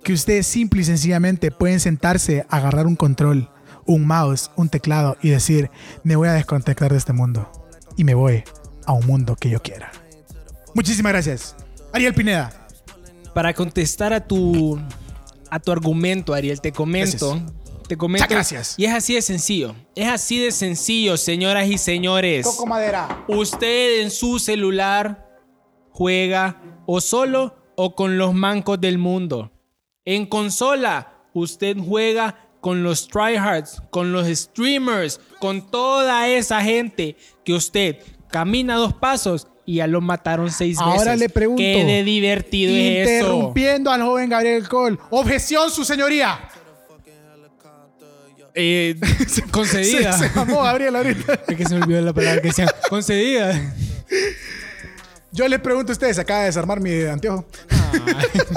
B: Que ustedes simple y sencillamente pueden sentarse, agarrar un control, un mouse, un teclado y decir, me voy a desconectar de este mundo. Y me voy a un mundo que yo quiera. Muchísimas gracias. Ariel Pineda.
C: Para contestar a tu a tu argumento, Ariel, te comento. Te comento.
B: Muchas gracias.
C: Y es así de sencillo. Es así de sencillo, señoras y señores.
B: Coco Madera.
C: Usted en su celular juega o solo o con los mancos del mundo. En consola, usted juega con los tryhards, con los streamers, con toda esa gente que usted camina dos pasos y ya lo mataron seis veces.
B: Ahora le pregunto,
C: Qué de divertido es eso.
B: Interrumpiendo al joven Gabriel Cole. Objeción, su señoría.
C: Eh, concedida.
B: Se, se mamó Gabriel ahorita.
C: Es que se me olvidó la palabra que decía. Concedida.
B: Yo les pregunto a ustedes, acaba de desarmar mi anteojo.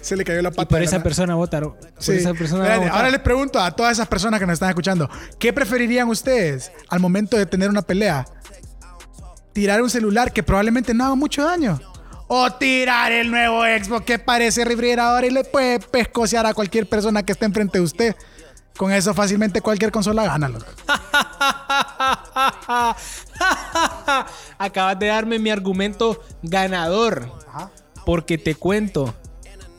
B: Se le cayó la pata.
C: Y por
B: de la
C: esa
B: nada.
C: persona votaron. Por
B: Sí.
C: esa persona
B: Miren,
C: va a votar.
B: ahora les pregunto a todas esas personas que nos están escuchando, ¿qué preferirían ustedes al momento de tener una pelea? ¿Tirar un celular que probablemente no haga mucho daño? ¿O tirar el nuevo Xbox que parece refrigerador y le puede pescocear a cualquier persona que esté enfrente de usted? Con eso fácilmente cualquier consola gana, loco.
C: Acabas de darme mi argumento ganador. Porque te cuento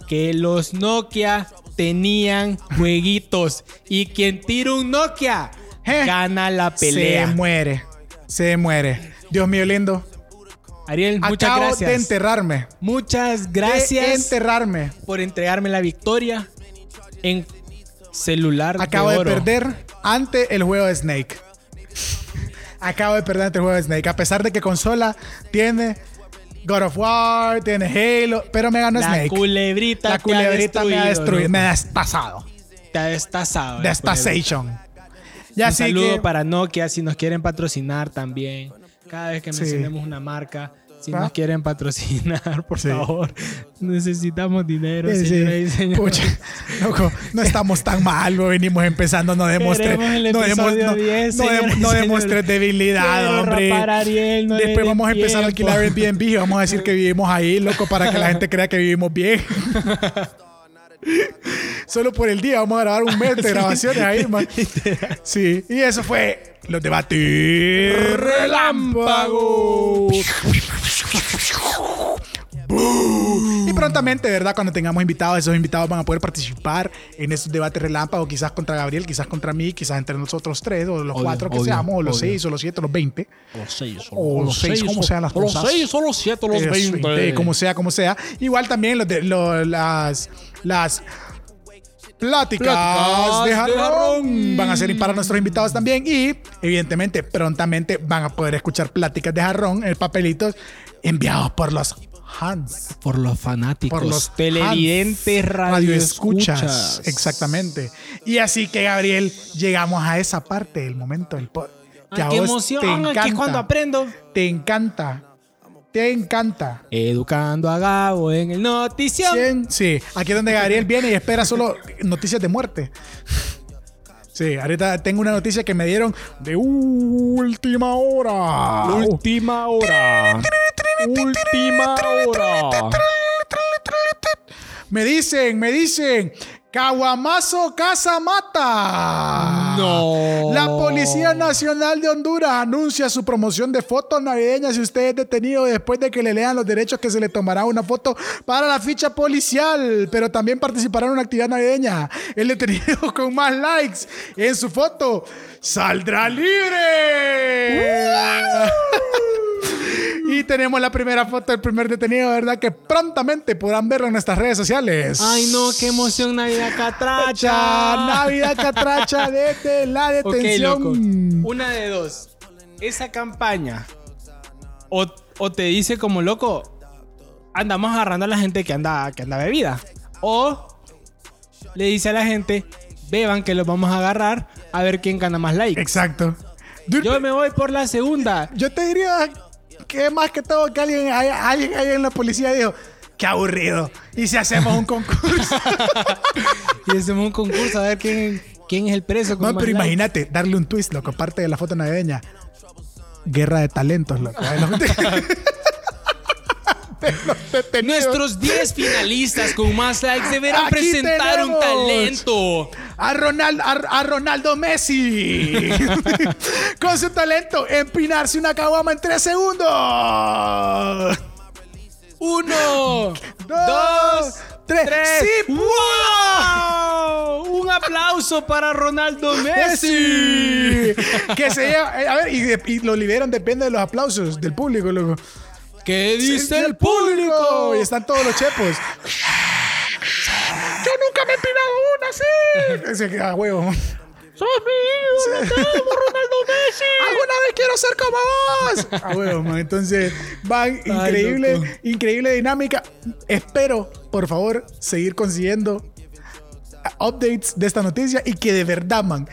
C: que los Nokia tenían jueguitos. Y quien tira un Nokia
B: Eh,
C: gana la pelea.
B: Se muere. Se muere. Dios mío lindo.
C: Ariel, muchas
B: Acabo de
C: gracias.
B: enterrarme.
C: muchas
B: De
C: gracias
B: enterrarme.
C: por entregarme la victoria en celular.
B: Acabo de
C: oro.
B: perder ante el juego de Snake. Acabo de perder ante el juego de Snake. A pesar de que consola tiene God of War, tiene Halo, pero me ganó
C: La
B: Snake.
C: culebrita,
B: la
C: te ha
B: culebrita me ha destruido,
C: loco.
B: me ha destazado.
C: Te ha destazado. la culebra.
B: Destastation. Y
C: Un
B: así
C: saludo
B: que-
C: para Nokia si nos quieren patrocinar también. Cada vez que
B: Sí.
C: mencionemos una marca, si
B: ¿Ah?
C: nos quieren patrocinar, por
B: Sí.
C: favor. Necesitamos dinero,
B: Sí, sí.
C: señoras y señores.
B: Pucha, loco, no estamos tan mal, güey, venimos empezando, no demostres,
C: Queremos el
B: no, demos-
C: episodio
B: no-
C: 10,
B: no dem-
C: señoras y
B: no demostres
C: señores.
B: debilidad,
C: Quiero
B: hombre.
C: rapar a Ariel, no le
B: Después
C: dé
B: vamos a empezar a
C: tiempo.
B: alquilar Airbnb y vamos a decir que vivimos ahí, loco, para que la gente crea que vivimos bien. Solo por el día vamos a grabar un mes de grabaciones ahí, man. Sí, y eso fue los debates relámpago. Y prontamente, ¿verdad? Cuando tengamos invitados, esos invitados van a poder participar en estos debates relámpagos, quizás contra Gabriel, quizás contra mí, quizás entre nosotros tres, o los
C: Obvio,
B: cuatro que
C: obvio,
B: seamos, o los
C: obvio.
B: seis, o los siete, o los veinte.
D: Los seis,
B: O los seis, como sean las cosas.
D: Los seis o los siete, los
B: Eso,
D: veinte.
B: veinte, Eh, como sea, como sea. Igual también los de, lo- las, las pláticas,
D: Pláticas
B: de
D: de
B: jarrón
D: jarrón.
B: van a ser para nuestros invitados también. Y evidentemente, prontamente van a poder escuchar pláticas de jarrón en papelitos enviados por los Hans.
C: Por los fanáticos,
B: Por los
C: televidentes,
B: Hans,
C: radioescuchas.
B: radioescuchas. Exactamente. Y así que, Gabriel, llegamos a esa parte del momento del podcast.
C: Ah, ¡Qué emoción! ah, ¡Que es cuando aprendo!
B: Te encanta. Te encanta.
C: Educando a Gabo en el notición.
B: 100, sí. Aquí es donde Gabriel viene y espera solo noticias de muerte. Sí, ahorita tengo una noticia que me dieron de última hora.
C: Última hora. Última hora.
B: Me dicen, me dicen Caguamazo Casa Mata.
C: No.
B: La Policía Nacional de Honduras anuncia su promoción de fotos navideñas si usted es detenido después de que le lean los derechos que se le tomará una foto para la ficha policial, pero también participará en una actividad navideña. El detenido con más likes en su foto saldrá libre. Y tenemos la primera foto del primer detenido, ¿verdad? Que prontamente podrán verlo en nuestras redes sociales.
C: Ay, no, qué emoción Navidad
B: Catracha,
C: Catracha.
B: Navidad Catracha, desde la
C: Ok,
B: detención.
C: loco. Una de dos. Esa campaña. O, o te dice como loco. Andamos agarrando a la gente que anda, que anda bebida. O le dice a la gente. Beban que los vamos a agarrar. A ver quién gana más likes.
B: Exacto. Dude,
C: Yo me voy por la segunda.
B: yo te diría que más que todo que alguien, hay- alguien ahí en la policía dijo, qué aburrido. Y si hacemos un concurso.
C: Y hacemos un concurso a ver quién, quién es el preso. con
B: Man,
C: más
B: pero
C: likes.
B: imagínate, darle un twist, loco, aparte de la foto navideña. Guerra de talentos, loco. Ahí los- de los detenidos.
C: Nuestros 10 finalistas con más likes deberán
B: Aquí
C: presentar un
B: tenemos.
C: talento.
B: A, Ronald, a, a Ronaldo Messi. Con su talento, empinarse una caguama en tres segundos.
C: Uno,
B: Dos,
C: dos,
B: tres.
C: tres.
B: ¡Sí!
C: ¡Wow! Un aplauso para Ronaldo Messi.
B: Messi. que se lleva. eh, A ver, y, de- y lo liberan, depende de los aplausos del público, loco.
C: ¿Qué dice el
B: Del
C: público?
B: Y están todos los chepos. Yo nunca me he empinado una así. Se queda ah, huevo.
D: ¡Sos mi ídolo! ¡Te amo, Ronaldo Messi!
B: ¡Alguna vez quiero ser como vos! Ah, huevo, man. Entonces, van increíble,
C: loco.
B: increíble dinámica. Espero, por favor, seguir consiguiendo ah, updates de esta noticia y que de verdad, man.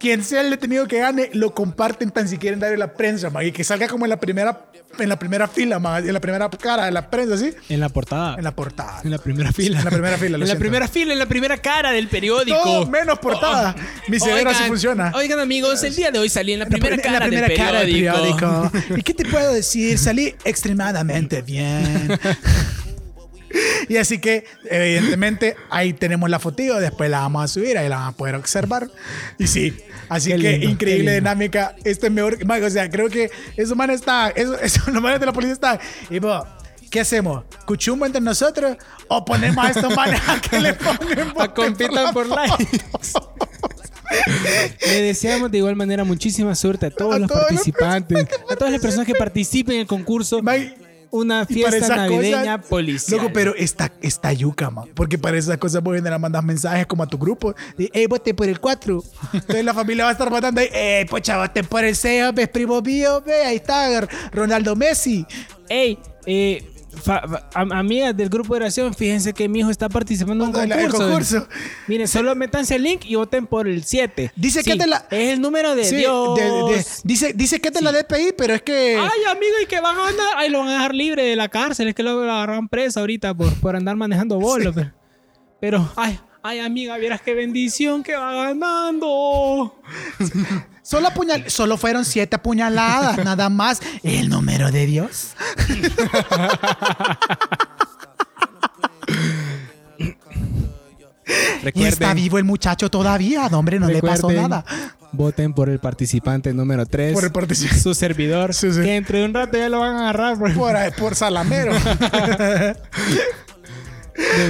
B: Quien sea el detenido que gane, lo comparten tan siquiera en darle la prensa, man. Y que salga como en la primera, en la primera fila, man. En la primera cara de la prensa, ¿sí?
C: En la portada.
B: En la portada.
C: En la primera fila.
B: En la primera fila,
C: En
B: lo
C: la
B: siento.
C: primera fila, en la primera cara del periódico.
B: Todo menos portada. Mi cerebro así
C: Oigan,
B: funciona.
C: Oigan, amigos, el día de hoy salí en la primera,
B: En
C: cara, del periódico.
B: periódico. ¿Y qué te puedo decir? Salí extremadamente bien. Y así que, evidentemente, ahí tenemos la fotito. Después la vamos a subir, ahí la van a poder observar. Y sí, así
C: Qué
B: que
C: lindo,
B: increíble
C: qué lindo.
B: dinámica. Este es mejor. man, O sea, creo que esos manes están. Esos, esos- los manes de la policía están. Y vos, ¿qué hacemos? ¿Cuchumbo entre nosotros? ¿O ponemos a estos manes a que le pongan bote
C: A compitan por likes. Le deseamos de igual manera muchísima suerte a todos
B: A
C: los
B: todos los
C: participantes, a todas las personas que participen en el concurso.
B: Man,
C: Una
B: Y para
C: fiesta
B: esas
C: navideña
B: cosas-
C: policial.
B: Loco, pero está, está yuca, man. Porque para esas cosas vos vendrás mandas mensajes como a tu grupo. De, hey, vote por el 4. Entonces la familia va a estar matando ahí. Hey, pocha, vote por el 6, ves primo mío, ve, ahí está Ronaldo Messi.
C: Hey, eh, fa- fa- am- amigas del grupo de oración, fíjense que mi hijo está participando en un
B: En el
C: concurso.
B: concurso.
C: Miren, solo métanse el link y voten por el 7.
B: Dice que te la-
C: Es el número de
B: Sí,
C: Dios.
B: de- de- dice, dice que es de la DPI, pero es que.
C: Ay, amigo, y que van a andar. Ay, lo van a dejar libre de la cárcel. Es que lo, lo agarraron preso ahorita por, por andar manejando bolos. Pero, pero, ay, ay, amiga, vieras qué bendición que va ganando.
B: Solo, apuñal- solo fueron siete apuñaladas, nada más. El número de Dios. Y está vivo el muchacho todavía. No, hombre, no le pasó
C: Recuerden,
B: nada.
C: Voten por el participante número 3.
B: Por el participante.
C: Su servidor.
B: Sí, sí.
C: Que dentro de un rato ya lo van a agarrar. pues. por-
B: Por, por salamero.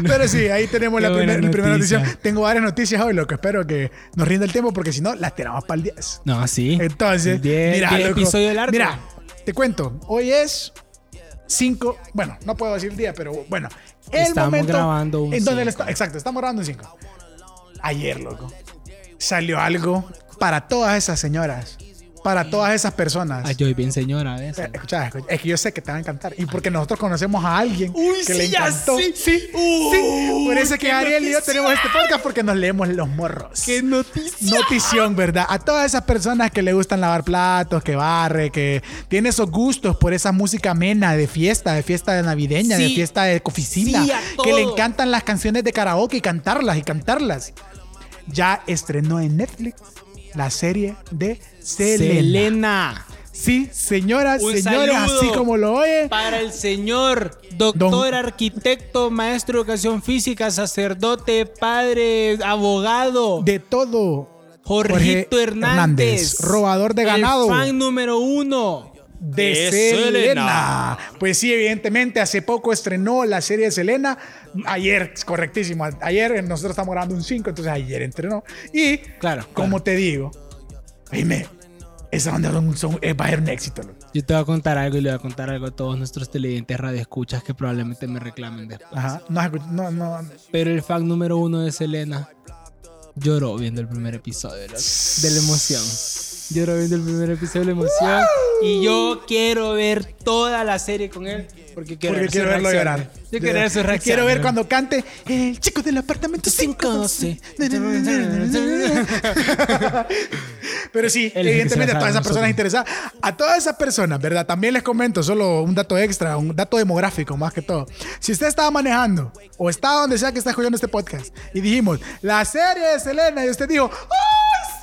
B: Pero sí, ahí tenemos
C: Qué
B: la, primer-
C: buena
B: la primera
C: noticia.
B: noticia. Tengo varias noticias hoy, loco. Espero que nos rinda el tiempo porque si no, las tiramos para el 10.
C: No, sí.
B: Entonces,
C: Diez-
B: mira,
C: diez
B: loco,
C: episodios largos.
B: mira, te cuento. Hoy es 5, bueno, no puedo decir el día, pero bueno. El
C: Estamos
B: momento
C: grabando un
B: en donde el
C: cinco.
B: esta- Exacto, estamos grabando un 5. Ayer, loco, salió algo para todas esas señoras, para todas esas personas.
C: Ay, yo soy bien señora a veces.
B: Espera, Escucha, escucha, es que yo sé que te va a encantar. Y porque nosotros conocemos a alguien que le encantó.
C: sí,
B: sí, sí. Por eso es que Ariel y yo tenemos este podcast porque nos leemos los morros.
C: noticia!
B: Notición, ¿verdad? A todas esas personas que le gustan lavar platos, que barre, que tiene esos gustos por esa música amena de fiesta, de fiesta de navideña, de
C: Sí.
B: fiesta de oficina,
C: Sí, a
B: que le
C: todo.
B: encantan las canciones de karaoke y cantarlas y cantarlas. Ya estrenó en Netflix la serie de Selena.
C: Selena.
B: Sí, señoras,
C: Un
B: señores,
C: saludo.
B: así como lo oye.
C: Para el señor, doctor,
B: Don-
C: arquitecto, maestro de educación física, sacerdote, padre, abogado,
B: De todo.
C: Jorgito
B: Jorge
C: Hernández,
B: Hernández, robador de ganado.
C: El fan número uno.
B: De
C: Es
B: Selena.
C: Selena.
B: Pues sí, evidentemente, hace poco estrenó la serie de Selena. Ayer, correctísimo. Ayer eh, nosotros estamos grabando un 5, entonces ayer entrenó. Y,
C: Claro,
B: como te digo, dime, esa banda son- son- eh, va a ser un éxito. loco.
C: Yo te voy a contar algo y le voy a contar algo a todos nuestros televidentes radioescuchas que probablemente me reclamen después.
B: Ajá. No, has escuch- no, no.
C: Pero el fan número uno de Selena lloró viendo el primer episodio loco, de la emoción. Lloró viendo el primer episodio de la emoción. Y yo quiero ver toda la serie con él porque quiero,
B: Porque
C: ver,
B: quiero verlo llorar.
C: Yo quiero ver su reacción.
B: Quiero ver
C: ¿no?
B: cuando cante El chico del apartamento 5.
C: sí.
B: Pero sí,
C: Él es el que se
B: evidentemente
C: la
B: a todas esas
C: sabe,
B: personas
C: nosotros.
B: interesadas, a todas esas personas, ¿verdad? También les comento solo un dato extra, un dato demográfico más que todo. Si usted estaba manejando o estaba donde sea que está escuchando este podcast y dijimos, la serie de Selena y usted dijo, ¡ay, sí!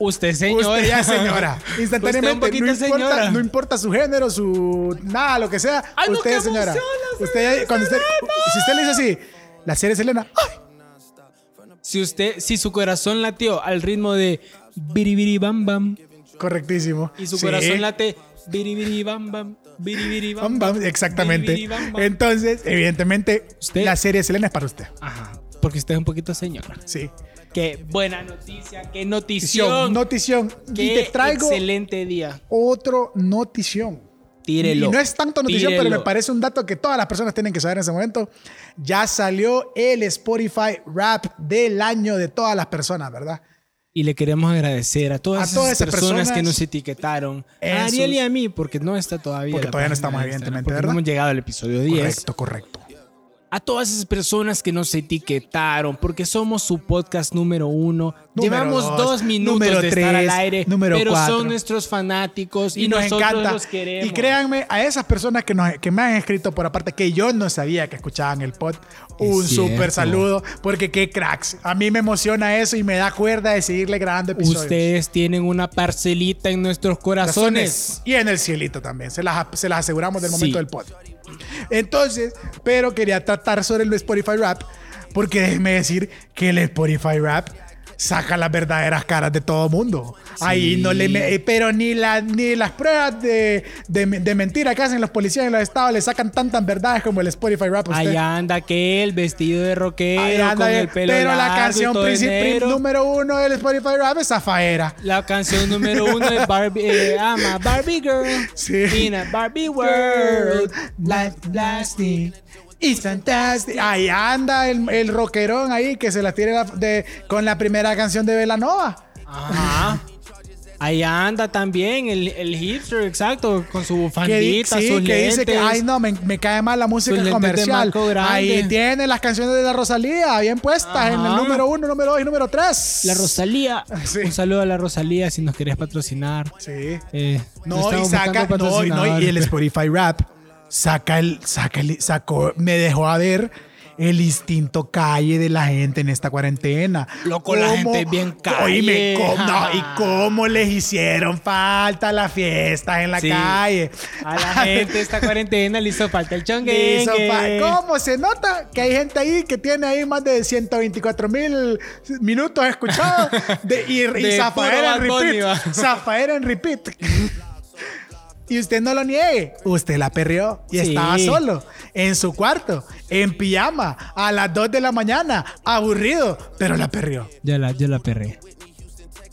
C: Usted, señora.
B: Usted ya es señora.
C: Usted un
B: Instantáneamente.
C: poquito
B: no,
C: es señora.
B: importa, no importa su género, su nada, lo que sea.
C: Ay, no,
B: usted
C: qué
B: es señora.
C: emoción, la
B: usted ya- cuando usted, si usted le dice así, la serie es Selena. ¡ay!
C: Si usted, si su corazón latió al ritmo de biribiri bam bam
B: Correctísimo.
C: y su
B: Sí.
C: corazón late biribiri bam bam biribiri
B: Bam,
C: bam
B: bam, exactamente.
C: biribiri, bam, bam.
B: Entonces, evidentemente,
C: Usted-
B: la serie de Selena es para usted.
C: Ajá, porque usted es un poquito señora.
B: Sí.
C: Qué buena noticia, qué
B: Notición,
C: notición.
B: notición.
C: qué
B: Y te traigo
C: excelente día.
B: otro notición.
C: Tírelo.
B: Y no es tanto notición,
C: Tírelo.
B: pero me parece un dato que todas las personas tienen que saber en ese momento. Ya salió el Spotify Rap del año de todas las personas, ¿verdad?
C: Y le queremos agradecer a todas,
B: A todas
C: esas
B: esas
C: personas, que
B: personas
C: nos etiquetaron.
B: en
C: A Ariel
B: sus-
C: y a mí, porque no está todavía.
B: Porque
C: la
B: todavía no
C: página
B: estamos,
C: de Instagram,
B: evidentemente,
C: porque no
B: ¿verdad?
C: hemos llegado al episodio 10.
B: Correcto, correcto.
C: a todas esas personas que nos etiquetaron, porque somos su podcast número uno.
B: Número
C: Llevamos
B: dos,
C: dos, minutos
B: número
C: de estar
B: tres,
C: al aire,
B: número
C: pero
B: cuatro.
C: son nuestros fanáticos y,
B: Y, nos
C: nosotros
B: encanta.
C: los queremos.
B: Y créanme, a esas personas que, nos- que me han escrito por aparte, que yo no sabía que escuchaban el pod, un
C: cierto.
B: súper saludo, porque qué cracks. A mí me emociona eso y me da cuerda de seguirle grabando episodios.
C: Ustedes tienen una parcelita en nuestros corazones.
B: Y en el cielito también. Se las, se las aseguramos del
C: Sí.
B: momento del pod. Entonces, pero quería tratar sobre el Spotify Rap. Porque déjenme decir que el Spotify Rap saca las verdaderas caras de todo mundo. Ahí no le. me- eh, pero ni, la, ni las pruebas de, de, de mentira que hacen los policías en los estados le sacan tantas verdades como el Spotify Rap. a usted.
C: Allá anda aquel vestido de rockero
B: Ahí anda
C: con
B: bien.
C: el pelo
B: pero la
C: largo y
B: canción
C: todo de
B: princip-
C: negro.
B: número uno del Spotify Rap es Zafaera.
C: La canción número uno de Barbie. eh, I'm a Barbie girl.
B: Sí.
C: In a Barbie world.
B: Life lasting. It's fantastic. Ahí anda el, el rockerón ahí que se la tiene la- de- con la primera canción de Velanova.
C: Ajá. Ahí anda también el, el hipster, exacto, con su
B: Que, di-
C: bufandita,
B: sí,
C: sus
B: que dice que,
C: lentes.
B: ay no, me, me cae mal la música
C: lentes de
B: comercial.
C: Marco Grande.
B: Ahí tiene las canciones de la Rosalía, bien puestas en el
C: Ajá.
B: número uno, número dos y número tres.
C: La Rosalía.
B: Sí.
C: Un saludo a la Rosalía si nos querés patrocinar.
B: Sí.
C: Eh,
B: No, y
C: estamos
B: saca,
C: buscando
B: no, y- no, y el
C: patrocinadores.
B: Spotify Rap saca el, saca el, sacó, me dejó a ver el instinto calle de la gente en esta cuarentena.
C: Loco, la gente es bien calle.
B: Oíme, cómo- no, y cómo les hicieron falta las fiestas en la
C: Sí.
B: calle.
C: A la gente esta cuarentena le hizo falta el
B: Le
C: chongue.
B: hizo fa- ¿Cómo se nota que hay gente ahí que tiene ahí más de 124 mil minutos escuchados de, y, y
C: De puro
B: Zafaera en
C: Bad Bunny,
B: repeat?
C: va.
B: Zafaera en repeat. Y usted no lo niegue, usted la perreó y
C: Sí.
B: estaba solo, en su cuarto, en pijama, a las 2 de la mañana, aburrido, pero la perreó.
C: Yo la, yo la perré.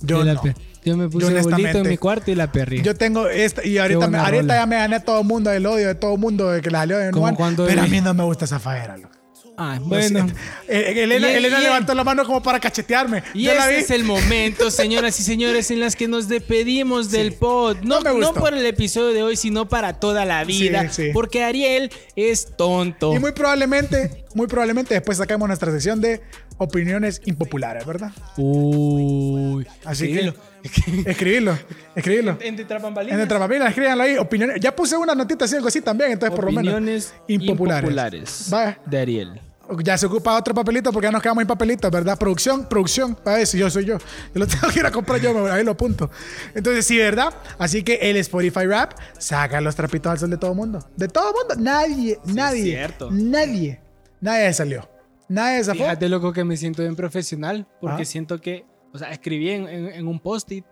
B: Yo,
C: la
B: no.
C: pe- yo me puse bolito en
B: honestamente-
C: mi cuarto y la perré.
B: Yo tengo esta, y ahorita, me-
C: buena
B: ahorita
C: rola.
B: ya me gané a todo mundo el odio de todo mundo de que la salió de
C: Como
B: Juan,
C: cuando
B: pero a
C: el-
B: mí no me gusta Zafaera, loco.
C: Ah,
B: Lo
C: bueno.
B: siento. Eh, eh, Elena,
C: Y-
B: Elena
C: y-
B: levantó la mano como para cachetearme.
C: Y
B: Yo la
C: ese
B: vi.
C: es el momento, señoras y señores, en las que nos despedimos del pod. No,
B: No me gustó.
C: no por el episodio de hoy, sino para toda la vida.
B: Sí, sí.
C: Porque Ariel es tonto.
B: Y muy probablemente, muy probablemente después sacamos nuestra sección de opiniones impopulares, ¿verdad?
C: Uy.
B: Así
C: Escríbelo.
B: Escribirlo, escribirlo.
C: En detrás
B: En
C: bambalinas.
B: nuestra familia, escríbanlo ahí. Opiniones. Ya puse una notita así, algo así también, entonces por lo menos.
C: Opiniones impopulares.
B: Vaya.
C: De Ariel.
B: Ya se ocupa otro papelito porque ya nos quedamos en papelitos, ¿verdad? Producción, producción. A ver si yo soy yo. Yo lo tengo que ir a comprar yo, me- ahí lo apunto. Entonces, sí, ¿verdad? Así que el Spotify Rap saca los trapitos al sol de todo mundo. De todo mundo. Nadie, nadie.
C: cierto.
B: Nadie. Nadie salió. Nadie se fue. Ah.
C: Fíjate, loco, que me siento bien profesional porque
B: Ajá.
C: siento que, o sea, escribí en, en- en un post-it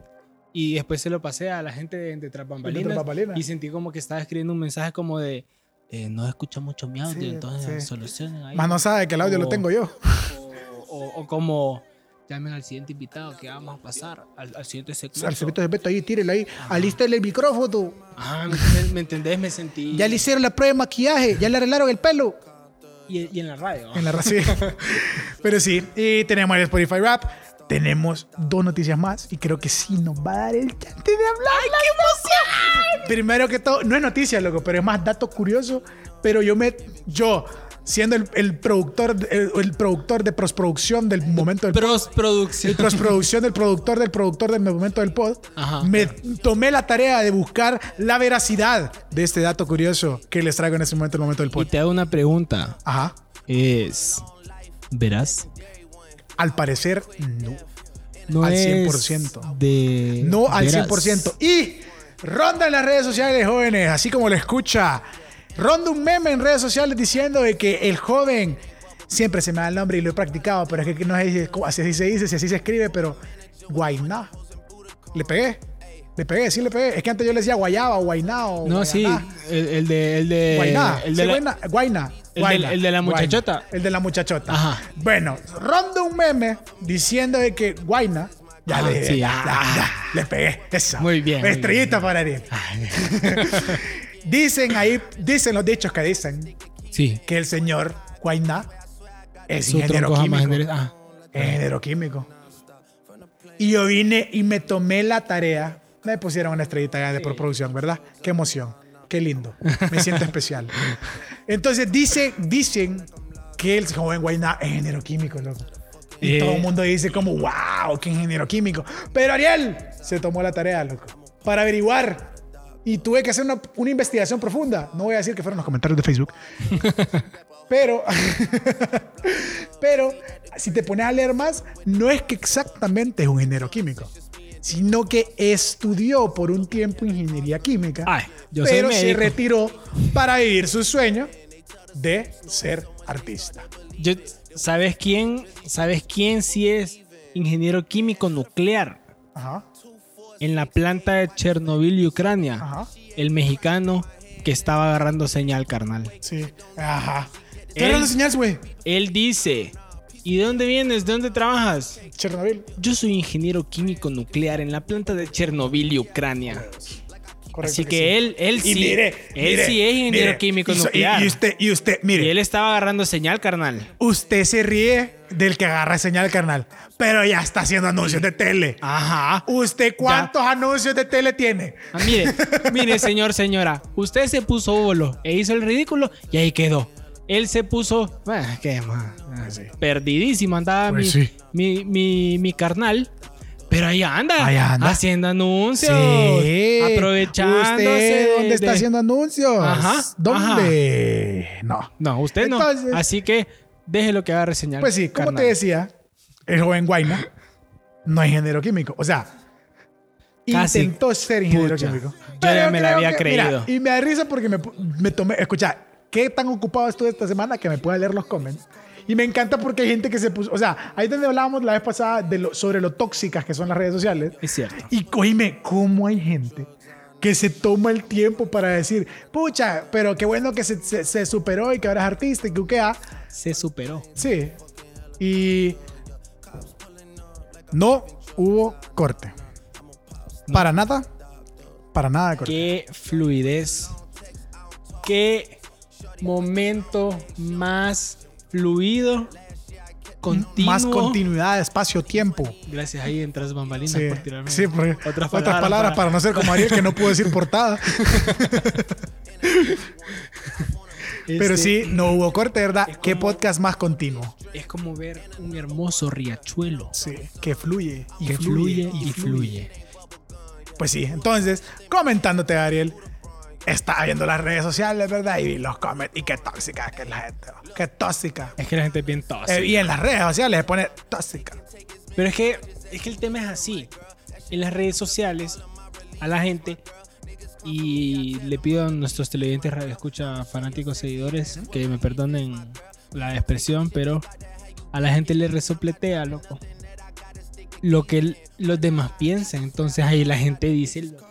C: y después se lo pasé a la gente de, de Tras Bambalinas
B: Tras Bambalinas.
C: y sentí como que estaba escribiendo un mensaje como de eh, no escucha mucho mi audio,
B: Sí,
C: entonces
B: sí.
C: solucionen ahí.
B: Más no sabe que el audio lo
C: Oh.
B: tengo yo.
C: O, o- o como llamen al siguiente invitado que vamos a pasar al, al siguiente segmento.
B: Al solito de Beto ahí, tírelo ahí. Alístale el micrófono.
C: Ajá, Ah, ¿me, me- me entendés? Me sentí.
B: Ya le hicieron la prueba de maquillaje. Ya le arreglaron el pelo.
C: y, y en la radio.
B: En la ra- sí. Pero sí, y tenemos el Spotify Rap. Tenemos dos noticias más y creo que sí nos va a dar el chance de hablar. ¡Ay, qué emoción! Primero que todo, no es noticia, loco, pero es más dato curioso. Pero yo me. Yo, siendo el, el productor, el, el productor de postproducción del momento del
C: Prosproducción.
B: el postproducción del productor del productor del momento del pod,
C: Ajá.
B: me tomé la tarea de buscar la veracidad de este dato curioso que les traigo en este momento, el momento del
C: Y
B: pod.
C: te hago una pregunta.
B: Ajá.
C: Es. ¿Verás?
B: Al parecer, no.
C: No
B: Al
C: es
B: 100%.
C: de
B: No al
C: veras.
B: 100%. Y ronda en las redes sociales, jóvenes, así como lo escucha. Ronda un meme en redes sociales diciendo de que el joven, siempre se me da el nombre y lo he practicado, pero es que no sé si- si así se dice, si así se escribe, pero guainá. Le pegué. Le pegué, sí le pegué. Es que antes yo le decía guayaba, guainá o
C: No,
B: guayaná.
C: sí, el, el de el de
B: Guainá.
C: Eh, el de
B: Sí,
C: la-
B: guainá, guainá,
C: el de-
B: guainá,
C: el de la
B: guainá.
C: muchachota.
B: El de la muchachota.
C: Ajá.
B: Bueno, ronda un meme diciendo de que Guaina. Ya
C: Ah,
B: le dije,
C: sí,
B: ya,
C: ah.
B: ya, ya, le pegué. Esa.
C: Muy bien, muy
B: Estrellita para Ariel. dicen ahí, dicen los dichos que dicen
C: sí,
B: que el señor Guaina es
C: su
B: ingeniero
C: tronco jamás
B: químico.
C: endereza- ah,
B: Es ingeniero químico. Y yo vine y me tomé la tarea. Me pusieron una estrellita ya de por producción, ¿verdad? Qué emoción. Qué lindo. Me siento especial. Entonces dice, dicen que el joven Guayna es ingeniero químico, loco. Y
C: Eh.
B: todo el mundo dice como, wow, qué ingeniero químico. Pero Ariel se tomó la tarea, loco, para averiguar. Y tuve que hacer una, una investigación profunda. No voy a decir que fueron los comentarios de Facebook. Pero, pero si te pones a leer más, no es que exactamente es un ingeniero químico, sino que estudió por un tiempo ingeniería química,
C: Ay, yo soy
B: pero se
C: médico.
B: retiró para vivir su sueño de ser artista.
C: Yo, ¿sabes quién? ¿Sabes quién sí es ingeniero químico nuclear
B: Ajá,
C: en la planta de Chernobyl y Ucrania?
B: ajá,
C: El mexicano que estaba agarrando señal carnal.
B: sí, ajá. ¿Te
C: Él-
B: eran las señales, güey?
C: Él dice, ¿y de dónde vienes? ¿De dónde trabajas?
B: Chernobyl,
C: Yo soy ingeniero químico nuclear en la planta de Chernobyl y Ucrania.
B: correcto.
C: Así que,
B: sí.
C: él, él sí,
B: Y mire,
C: él
B: mire,
C: sí es ingeniero
B: mire,
C: químico
B: y so- y-
C: nuclear.
B: Y,
C: Y,
B: usted, y usted, mire.
C: él estaba agarrando señal, carnal.
B: Usted se ríe del que agarra señal, carnal, pero ya está haciendo anuncios de tele.
C: Ajá.
B: ¿Usted cuántos anuncios de tele tiene?
C: Ah, mire, mire, señor, señora, usted se puso óvolo e hizo el ridículo y ahí quedó. Él se puso, bueno, qué más, ah,
B: sí.
C: perdidísimo andaba
B: Pues
C: mi,
B: sí.
C: mi, mi, mi carnal. Pero ahí anda,
B: Ahí anda.
C: haciendo anuncios, aprovechándose.
B: ¿Usted
C: de-
B: dónde está
C: de-
B: haciendo anuncios?
C: Ajá,
B: ¿Dónde? No.
C: No, usted no.
B: Entonces-
C: Así que déjelo que agarre señal.
B: Pues sí, como
C: carnal.
B: te decía, el joven Guayna no es ingeniero químico. O sea,
C: Casi.
B: intentó ser ingeniero
C: Pucha.
B: químico.
C: Yo
B: Pero
C: ya me la
B: creo
C: había creído.
B: y me da risa porque me, pu- me tomé. Escucha, qué tan ocupado estuve esta semana que me pueda leer los comments. Y me encanta porque hay gente que se puso. O sea, ahí donde hablábamos la vez pasada de lo- sobre lo tóxicas que son las redes sociales.
C: Es cierto.
B: Y oíme, ¿cómo hay gente que se toma el tiempo para decir, pucha, pero qué bueno que se, se- se superó y que ahora es artista y que uquea?
C: Se superó.
B: Sí. Y no hubo corte. Para nada. Para nada de corte.
C: Qué fluidez. Qué momento más fluido. Continuo.
B: Más continuidad, espacio, tiempo.
C: Gracias ahí en Tras Bambalinas
B: Sí,
C: por tirarme.
B: sí, porque-
C: otras
B: otras,
C: palabras
B: palabras,
C: para-
B: para... no ser como Ariel que no pudo decir portada.
C: Este,
B: Pero sí, no hubo corte, ¿verdad? Qué podcast más continuo.
C: Es como ver un hermoso riachuelo
B: Sí, que fluye y
C: que
B: fluye,
C: fluye y fluye.
B: Pues sí, entonces, comentándote, Ariel, estaba viendo las redes sociales, ¿verdad? Y vi los comments. Y qué tóxica es que la gente. ¿no? Qué tóxica.
C: Es que la gente es bien tóxica.
B: Eh, y en las redes sociales se pone tóxica.
C: Pero es que, es que el tema es así. En las redes sociales, a la gente, y le pido a nuestros televidentes, escucha, fanáticos, seguidores, que me perdonen la expresión, pero a la gente le resopletea, loco. Lo que el- los demás piensan. Entonces ahí la gente dice lo que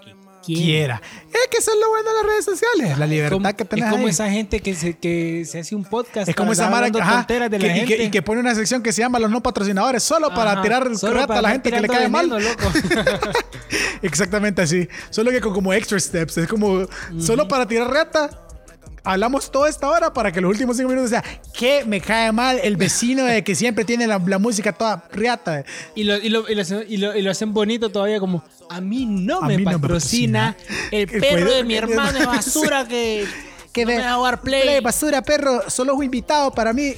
C: quiere.
B: Quiera. Es que eso es lo bueno de las redes sociales. La libertad
C: Como-
B: que tenés
C: es como
B: ahí.
C: esa gente que se, que se hace un podcast.
B: Es como
C: para
B: esa
C: andar
B: mara
C: hablando
B: ajá,
C: tonteras de
B: que,
C: la
B: y, que,
C: gente.
B: y que pone una sección que se llama Los no patrocinadores, solo para
C: Ajá,
B: tirar
C: solo
B: rata
C: para
B: a la
C: andar
B: gente que le
C: tirando
B: cae mal.
C: veneno, loco.
B: Exactamente así. Solo que con como extra steps. Es como solo para tirar rata. Hablamos toda esta hora para que los últimos cinco minutos sea que me cae mal el vecino de que siempre tiene la, la música toda riata.
C: Y lo, y, lo, y, lo, hacen- y lo- y lo hacen bonito todavía como a mí no
B: A
C: me
B: mí no me
C: patrocina el
B: El
C: perro
B: cuello-
C: de mi hermano es basura que, que me, va a jugar play.
B: basura, perro. Solo un invitado para mí.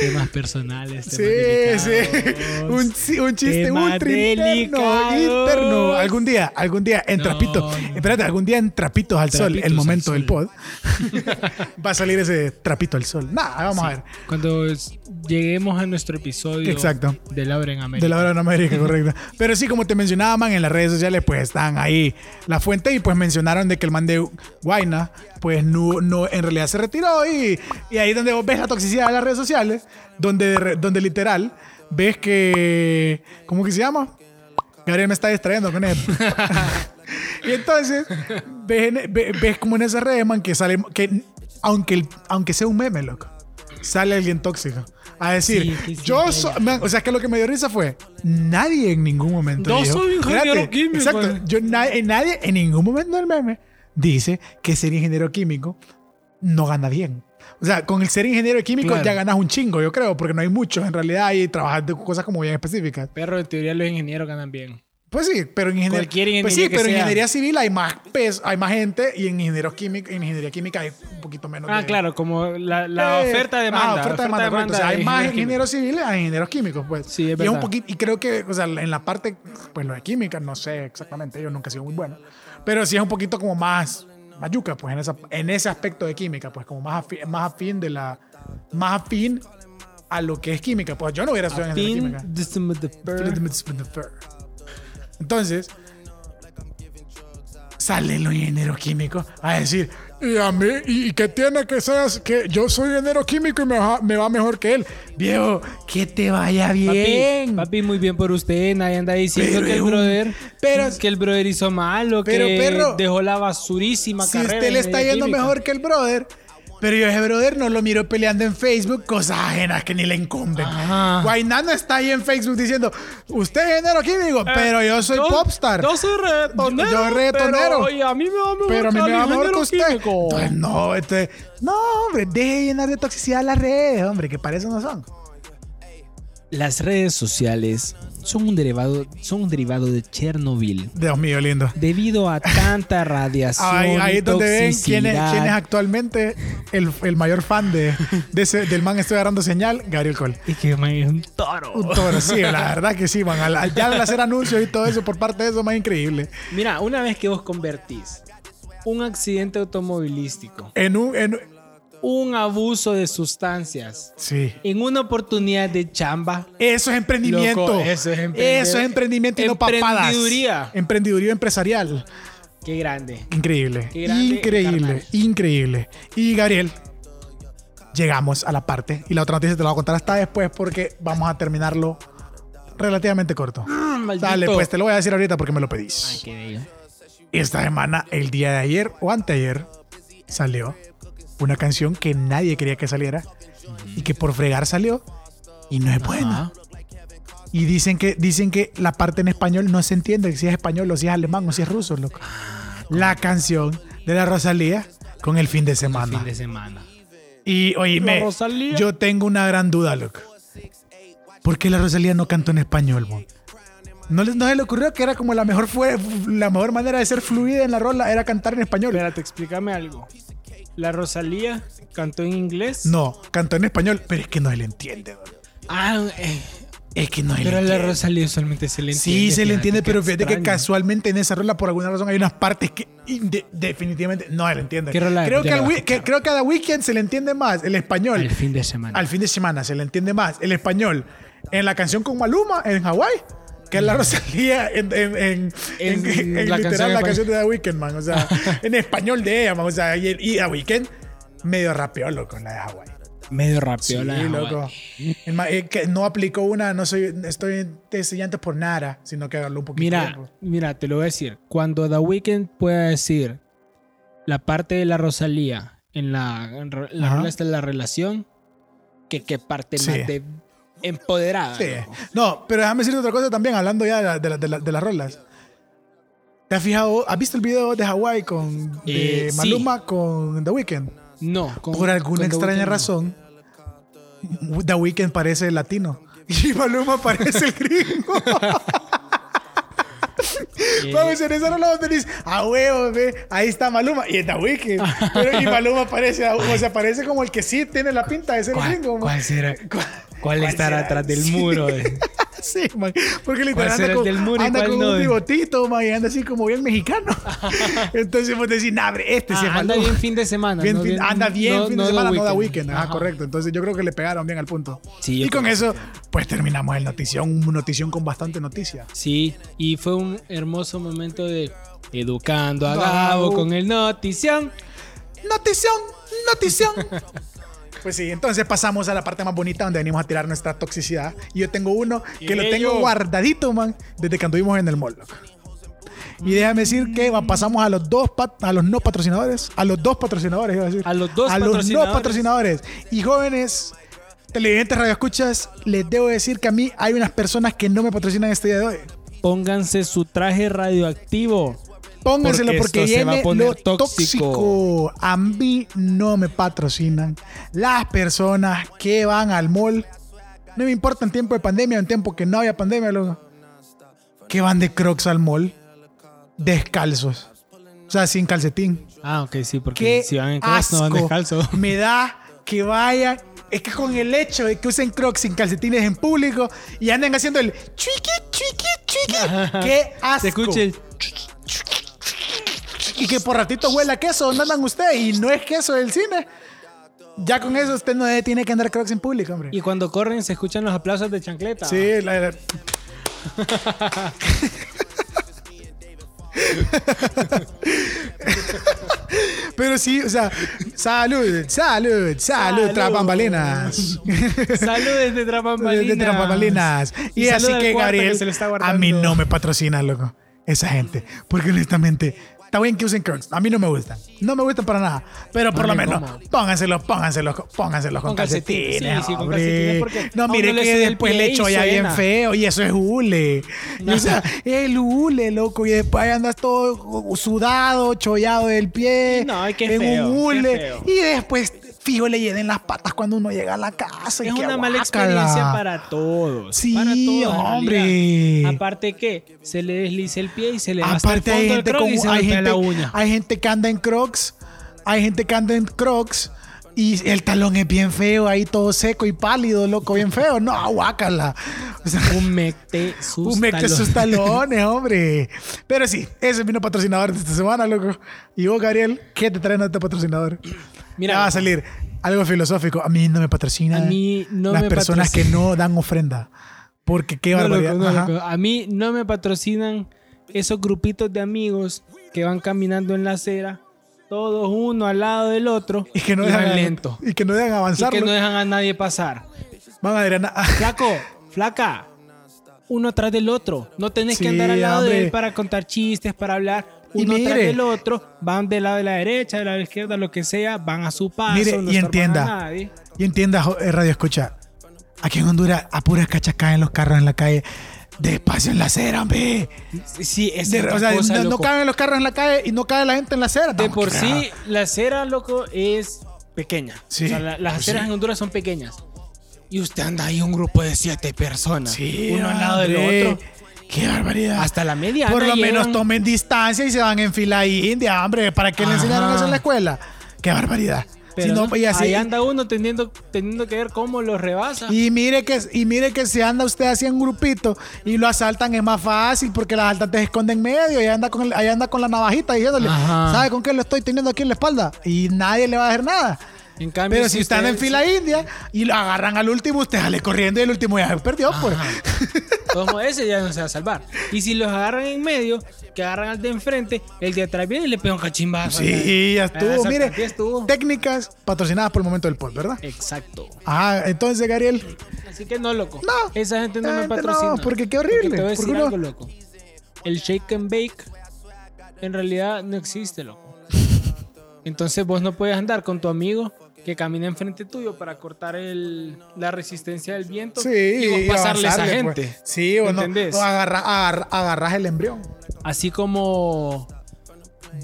C: Temas personales. temas
B: Sí, sí.
C: este delicados.
B: Un, chi- un chiste
C: Temas
B: ultra interno,
C: delicados.
B: interno. Algún día, algún día en
C: No,
B: trapitos.
C: no.
B: Espérate, algún día en trapitos al sol,
C: Trapitos
B: el
C: al
B: momento del pod.
C: sol.
B: Va a salir ese trapito al sol. Nada, vamos a ver.
C: Cuando es- lleguemos a nuestro episodio
B: Exacto.
C: de Laura en América.
B: De la hora en América, correcto. Pero sí, como te mencionaba, man, en las redes sociales, pues están ahí la fuente y pues mencionaron de que el man de Guayna, pues no, no en realidad se retiró y, y ahí es donde vos ves la toxicidad de las redes sociales, donde, re- donde literal ves que, ¿cómo que se llama? Gabriel me está distrayendo con él. y entonces ves, en- ve- ves como en esas redes, man, que sale, que aunque, el- aunque sea un meme, loco, sale alguien tóxico. A decir,
C: Sí, sí, sí,
B: yo
C: vaya.
B: soy, Man, o sea, que lo que me dio risa fue nadie en ningún momento.
C: No
B: dijo-
C: soy ingeniero
B: Espérate,
C: químico.
B: Exacto. Yo, na- eh, nadie en ningún momento del meme dice que ser ingeniero químico no gana bien. O sea, con el ser ingeniero químico
C: Claro.
B: ya ganas un chingo, yo creo, porque no hay muchos en realidad y trabajas de cosas como bien específicas.
C: Perro, en teoría los ingenieros ganan bien.
B: Pues sí, pero en ingeniería,
C: Cualquier ingeniería
B: pues sí,
C: que
B: pero en
C: sea.
B: ingeniería civil hay más peso, hay más gente y en ingenieros químicos, en ingeniería química hay un poquito menos.
C: Ah,
B: de-
C: claro, como la, la
B: eh,
C: oferta de
B: ah,
C: demanda.
B: oferta demanda, correcto. O sea, hay más ingenieros civiles a ingenieros químicos, pues.
C: Sí, es
B: y, un
C: verdad.
B: poquito, y creo que, o sea, en la parte, pues lo de química, no sé exactamente, yo nunca he sido muy bueno. Pero sí es un poquito como más, más yuca, pues, en, esa, en ese aspecto de química, pues, como más afín, más afín de la. Más afín a lo que es química. Pues yo no hubiera estudiado ingeniería química. Entonces, sale los ingeniero químico a decir, y a mí, ¿y, y qué tiene que seas que yo soy ingeniero químico y me va, me va mejor que él? Viejo, que te vaya
C: Papi,
B: bien.
C: papi, muy bien por usted. Nadie anda diciendo
B: Pero
C: que
B: es
C: el
B: un-
C: brother.
B: pero-
C: que el brother hizo malo,
B: Pero,
C: que
B: perro,
C: dejó la basurísima
B: si
C: carrera.
B: usted
C: en
B: le está
C: ingeniería
B: yendo
C: química.
B: mejor que el brother. Pero yo ese brother no lo miro peleando en Facebook, cosas ajenas que ni le incumben.
C: Ajá.
B: Guainano está ahí en Facebook diciendo, usted es ingeniero químico,
C: Eh,
B: pero yo soy popstar.
C: Yo soy reggaetonero.
B: Yo- yo reggaetonero.
C: Pero, oye, a mí me va mejor
B: Pero a mí
C: que
B: me va
C: al
B: mejor que
C: ingeniero
B: usted.
C: químico.
B: Entonces, no, este, no, hombre, deje de llenar de toxicidad las redes, hombre, que para eso no son.
C: Las redes sociales son un derivado, son un derivado de Chernobyl.
B: Dios mío, lindo.
C: Debido a tanta radiación.
B: Ahí, ahí es donde ven quién es,
C: toxicidad.
B: quién es actualmente el, el mayor fan de, de ese- del man estoy agarrando señal, Gabriel Cole.
C: Es que man, es un toro.
B: Un toro, sí, la verdad que sí, man. Al- al- Ya al hacer anuncios y todo eso por parte de eso, más increíble.
C: Mira, una vez que vos convertís un accidente automovilístico,
B: En un, en,
C: un abuso de sustancias,
B: sí.
C: en una oportunidad de chamba,
B: Eso es emprendimiento.
C: Loco, eso es emprender-
B: Eso es emprendimiento y no papadas.
C: Emprendiduría.
B: Emprendiduría empresarial.
C: qué grande.
B: Increíble.
C: Qué grande,
B: Increíble.
C: carnal.
B: Increíble. Y Gabriel, llegamos a la parte. Y la otra noticia te la voy a contar hasta después porque vamos a terminarlo relativamente corto.
C: Maldito.
B: Dale, pues te lo voy a decir ahorita porque me lo
C: Ay,
B: pedís.
C: qué bello.
B: Esta semana, el día de ayer o anteayer, salió una canción que nadie quería que saliera y que por fregar salió y no es buena.
C: Ajá.
B: Y dicen que, dicen que la parte en español no se entiende si es español o si es alemán o si es ruso, loco. La canción de la Rosalía con el fin de semana.
C: Fin de semana.
B: Y oíme,
C: La Rosalía.
B: yo tengo una gran duda, loco. ¿Por qué la Rosalía no cantó en español, mon? ¿No, le- no se le ocurrió que era como la mejor, fue, la mejor manera de ser fluida en la rola era cantar en español?
C: Espérate, explícame algo. La Rosalía cantó en inglés.
B: No, cantó en español, pero es que no se le entiende, don.
C: Ah, eh,
B: Es que no se le
C: Pero a la
B: entiende.
C: Rosalía usualmente se le entiende.
B: Sí, se le
C: fíjate,
B: entiende,
C: qué
B: pero fíjate que
C: extraño.
B: casualmente en esa rola, por alguna razón, hay unas partes que inde- definitivamente no se le entiende.
C: ¿Qué rola?
B: Creo
C: Ya
B: que, al
C: la
B: wi-
C: bajo.
B: que- creo que a The Weeknd se le entiende más el español.
C: Al fin de semana.
B: Al fin de semana se le entiende más el español en la canción con Maluma en Hawái que la Rosalía en, en- en-
C: Mm. En
B: en- en
C: la
B: literal
C: canción en
B: la
C: español.
B: canción de The Weeknd, man. O sea, en español de ella, man. O sea, y, el- y The Weeknd medio rapeó, loco, en la de Hawái.
C: Medio
B: Sí,
C: rapiola.
B: loco. El ma- eh, que no aplicó una, no soy, estoy deseando por nada, sino que agarró un poquito.
C: Mira,
B: tiempo.
C: mira, te lo voy a decir. Cuando The Weeknd pueda decir la parte de la Rosalía en la, en re- la
B: Ajá.
C: rola esta de la relación, que qué parte
B: Sí.
C: más de empoderada.
B: Sí.
C: loco.
B: No, pero déjame decirte otra cosa también, hablando ya de, la- de la- de la- de las rolas. ¿Te has fijado? ¿Has visto el video de Hawái con de
C: Eh, sí.
B: Maluma con The Weeknd?
C: No, con-
B: Por
C: con The
B: alguna extraña
C: Weeknd no.
B: razón, The Weeknd parece latino. Y Maluma parece el gringo.
C: Eh,
B: Vamos, en esa rola donde dice, ah, huevo, ve, ahí está Maluma. Y es The Weeknd. Pero y Maluma parece, o sea, parece como el que sí tiene la pinta de ser el
C: ¿Cuál,
B: gringo. man.
C: cuál será?
B: ¿Cuál-
C: ¿Cuál
B: será?
C: estará atrás del
B: Sí.
C: muro? eh?
B: Sí, man. Porque literal
C: será
B: anda
C: el
B: con,
C: del muro y
B: anda
C: cuál
B: con
C: no?
B: un bigotito, man, y anda así como bien mexicano. Entonces vos decís, nah, hombre, este sí es
C: Ah, anda
B: Maluma".
C: bien fin de semana.
B: Bien
C: ¿no?
B: fin- anda bien
C: no-
B: fin
C: no
B: de
C: The
B: semana, no da
C: Weeknd.
B: weekend. Ah,
C: Ajá.
B: correcto. Entonces yo creo que le pegaron bien al punto.
C: Sí, yo
B: y con
C: creo
B: eso, pues terminamos el notición, un notición con bastante noticia.
C: Sí, y fue un hermoso momento de educando a
B: No.
C: Gabo con el notición.
B: Notición, notición. Pues sí, entonces pasamos a la parte más bonita donde venimos a tirar nuestra toxicidad. Y yo tengo uno que lo
C: Bello.
B: tengo guardadito, man, desde que anduvimos en el mall. loco. Y déjame decir que va, pasamos a los dos pat- a los no patrocinadores, a los dos patrocinadores, iba a decir.
C: A los dos
B: a los no
C: patrocinadores.
B: patrocinadores. Y jóvenes televidentes, radioescuchas, les debo decir que a mí hay unas personas que no me patrocinan este día de hoy.
C: Póngansé su traje radioactivo.
B: Pónganselo
C: Porque
B: porque,
C: esto se va a
B: viene
C: poner
B: lo tóxico. A mí no me patrocinan las personas que van al mall. No me importa en tiempo de pandemia o en tiempo que no había pandemia, loco. Que van de crocs al mall descalzos. O sea, sin calcetín.
C: Ah, ok, sí, porque
B: Qué
C: si van en crocs
B: asco
C: no van descalzo.
B: me da que vayan. Es que con el hecho de que usen crocs sin calcetines en público y anden haciendo el chuiqui, chuiqui, chuiqui. ¡Qué asco!
C: Se escucha el-
B: y que por ratito huela a queso, ¿dónde andan ustedes? Y no es queso del cine. Ya con eso usted no debe- tiene que andar crocs en público, hombre.
C: Y cuando corren se escuchan los aplausos de chancleta.
B: Sí, la, la- Pero sí, o sea, salud, salud, salud,
C: Salud.
B: tras bambalinas.
C: Saludos de Trapambalinas.
B: De tras bambalinas. Y,
C: saluda
B: así
C: al
B: que,
C: cuarto
B: Gabriel,
C: que se le está
B: a
C: guardando.
B: mí no me patrocina, loco, esa gente. Porque honestamente, está bien que usen Crocs. A mí no me gustan. No me gustan para nada. Pero por
C: No
B: lo
C: me
B: menos,
C: como.
B: pónganselos, pónganselos, pónganselos con,
C: Con calcetines.
B: calcetines.
C: Sí, sí, con
B: hombre.
C: calcetines, porque a
B: no,
C: uno
B: mire
C: le
B: que
C: sube el
B: después
C: pie
B: le
C: y
B: echo ya bien
C: suena.
B: feo. Y eso es hule. Y, o sea, el hule, loco. Y después ahí andas todo sudado, chollado del pie.
C: No, ay, qué
B: en
C: feo,
B: un
C: qué
B: hule.
C: feo.
B: Y después, fijo, le llenen las patas cuando uno llega a la casa. y
C: Es
B: que
C: una
B: guácala.
C: mala experiencia para todos.
B: Sí,
C: para todos, en
B: hombre.
C: realidad. Aparte que se le desliza el pie y se le va hasta el
B: Aparte hay
C: fondo del
B: gente,
C: croc y
B: como-
C: se
B: hay,
C: golpea
B: gente,
C: la uña.
B: hay gente que anda en crocs, hay gente que anda en crocs y el talón es bien feo, ahí todo seco y pálido, loco, bien feo. No, guácala. O sea,
C: Humecte sus
B: humecte sus
C: talones.
B: talones, hombre. Pero sí, ese es mi no patrocinador de esta semana, loco. Y vos, Gabriel, ¿qué te traen a este patrocinador?
C: Mira,
B: Ya va a salir algo filosófico. A mí no me patrocinan
C: A mí no
B: las
C: me
B: personas que
C: patrocinan.
B: no dan ofrenda. Porque qué
C: No, loco,
B: barbaridad.
C: no,
B: Ajá.
C: loco. A mí no me patrocinan esos grupitos de amigos que van caminando en la acera, todos uno al lado del otro
B: Y que no
C: y van
B: dejan
C: lento
B: Y que no dejan
C: y
B: avanzar.
C: que no dejan a nadie pasar.
B: Van a drenar.
C: Flaco, flaca, uno atrás del otro. No tenés
B: Sí,
C: que andar al lado
B: hombre.
C: de él para contar chistes, para hablar.
B: Y
C: Uno atrás
B: mire.
C: del otro, van del lado de la derecha, del lado de la izquierda, lo que sea, van a su paso.
B: Mire,
C: no
B: y
C: estorban a
B: entienda.
C: nadie.
B: Y entienda, jo- eh, radio escucha. Aquí en Honduras, a puras cachacas en los carros en la calle. Despacio en la acera, hombre.
C: Sí, Sí, es
B: De-
C: otra
B: o sea,
C: cosa,
B: no, no
C: loco.
B: caben los carros en la calle y no cae la gente en la acera.
C: De
B: Estamos
C: por
B: aquí,
C: sí,
B: ¿verdad?
C: la acera, loco, es pequeña.
B: Sí,
C: O sea, la- las
B: pues
C: aceras
B: sí.
C: en Honduras son pequeñas. Y usted anda ahí un grupo de siete personas.
B: Sí,
C: uno al lado del
B: hombre.
C: otro.
B: Qué barbaridad.
C: Hasta la media.
B: Por lo menos tomen distancia y se van en fila india, hombre. ¿Para qué le
C: Ajá.
B: enseñaron eso en la escuela? Qué barbaridad.
C: Pero
B: Si no, pues, y
C: no,
B: así-
C: ahí anda uno teniendo, teniendo que ver cómo lo rebasa.
B: Y mire que y mire que si anda usted así en grupito y lo asaltan es más fácil porque las asaltantes esconden medio y ahí anda con el- ahí anda con la navajita diciéndole,
C: Ajá.
B: ¿sabe con qué lo estoy teniendo aquí en la espalda? Y nadie le va a hacer nada.
C: en cambio,
B: Pero si están
C: usted-
B: en fila india y lo agarran al último, usted sale corriendo y el último ya se perdió, pues.
C: Como ese ya no se va a salvar. Y si los agarran en medio, que agarran al de enfrente, el de atrás viene y le pega un cachimbazo.
B: Sí, ya
C: Ah,
B: estuvo.
C: esa
B: Mire,
C: partida estuvo.
B: técnicas patrocinadas por el momento del pod, ¿verdad?
C: Exacto.
B: Ah, entonces, Gabriel,
C: Así que no, loco.
B: No.
C: Esa gente no
B: Esa
C: me
B: gente no,
C: patrocina.
B: porque qué horrible,
C: Porque te voy a
B: porque
C: decir
B: uno-
C: algo, loco. El shake and bake en realidad no existe, loco. Entonces vos no puedes andar con tu amigo que camina enfrente tuyo para cortar el, la resistencia del viento
B: sí,
C: y vos pasarle a esa
B: avanzarle,
C: gente.
B: pues. Sí, o no.
C: ¿Entendés?
B: O agarra- agarra- agarras el embrión.
C: Así como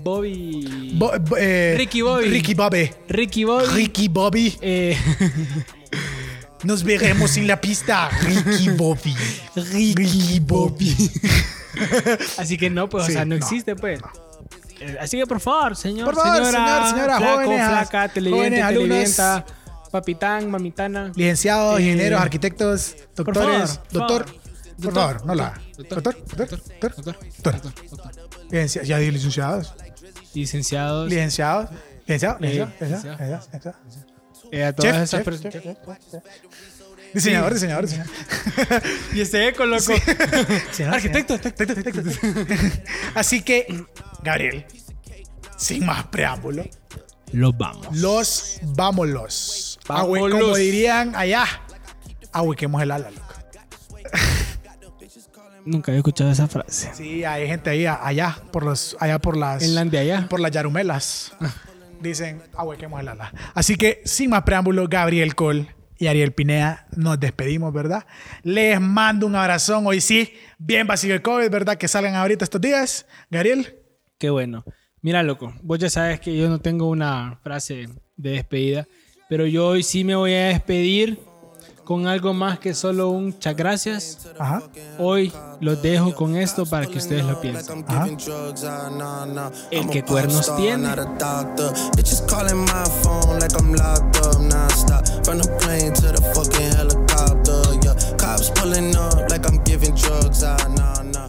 C: Bobby.
B: Bo- bo- eh,
C: Ricky Bobby.
B: Ricky Bobby.
C: Ricky Bobby.
B: Ricky Bobby.
C: eh,
B: Nos veremos en la pista. Ricky Bobby. Ricky Bobby.
C: así que no, pues,
B: Sí,
C: o sea, no
B: no,
C: existe, pues. Eh, Así que por favor, señor,
B: Por favor,
C: señora,
B: señor, señora,
C: flaco,
B: jóvenes,
C: flaca, televidente,
B: jóvenes, alumnos.
C: televidenta, papitán, mamitana.
B: Licenciados,
C: Eh,
B: ingenieros, arquitectos,
C: por
B: doctores.
C: favor,
B: Doctor.
C: por
B: Por favor, no la. haga. Doctor, doctor, doctor, doctor. Licencia- Ya di licenciados. Licenciados.
C: Licenciados.
B: Licenciados.
C: Eh,
B: Licenciados.
C: licenciado.
B: licenciados, licenciados.
C: eh, a todas
B: Chef,
C: esas
B: chef,
C: personas.
B: chef, chef. Diseñador, diseñador, diseñador.
C: Y este eco, loco.
B: Señor,
C: Arquitecto,
B: señor. Así que, Gabriel, sin más preámbulo,
C: Los vamos.
B: los vámonos.
C: Vámonos.
B: Ahue- Como dirían allá, ahuequemos el ala, loco.
C: Nunca había escuchado esa frase.
B: Sí, hay gente ahí a- allá por los, allá por las,
C: En la de allá.
B: por las yarumelas. Dicen, ahuequemos el ala. Así que, sin más preámbulo, Gabriel Col y Ariel Pineda, nos despedimos, ¿verdad? Les mando un abrazón. Hoy sí, bien vacío el COVID, ¿verdad? Que salgan ahorita estos días. Gabriel.
C: Qué bueno. Mira, loco, vos ya sabes que yo no tengo una frase de despedida, pero yo hoy sí me voy a despedir con algo más que solo un muchas gracias.
B: Ajá.
C: Hoy los dejo con esto para que ustedes lo piensen. El
A: El
C: que cuernos tiene.
A: Bitches calling my phone like I'm locked up nonstop. From the plane to the fucking helicopter, yeah. Cops pulling up like I'm giving drugs. Ah, nah, nah.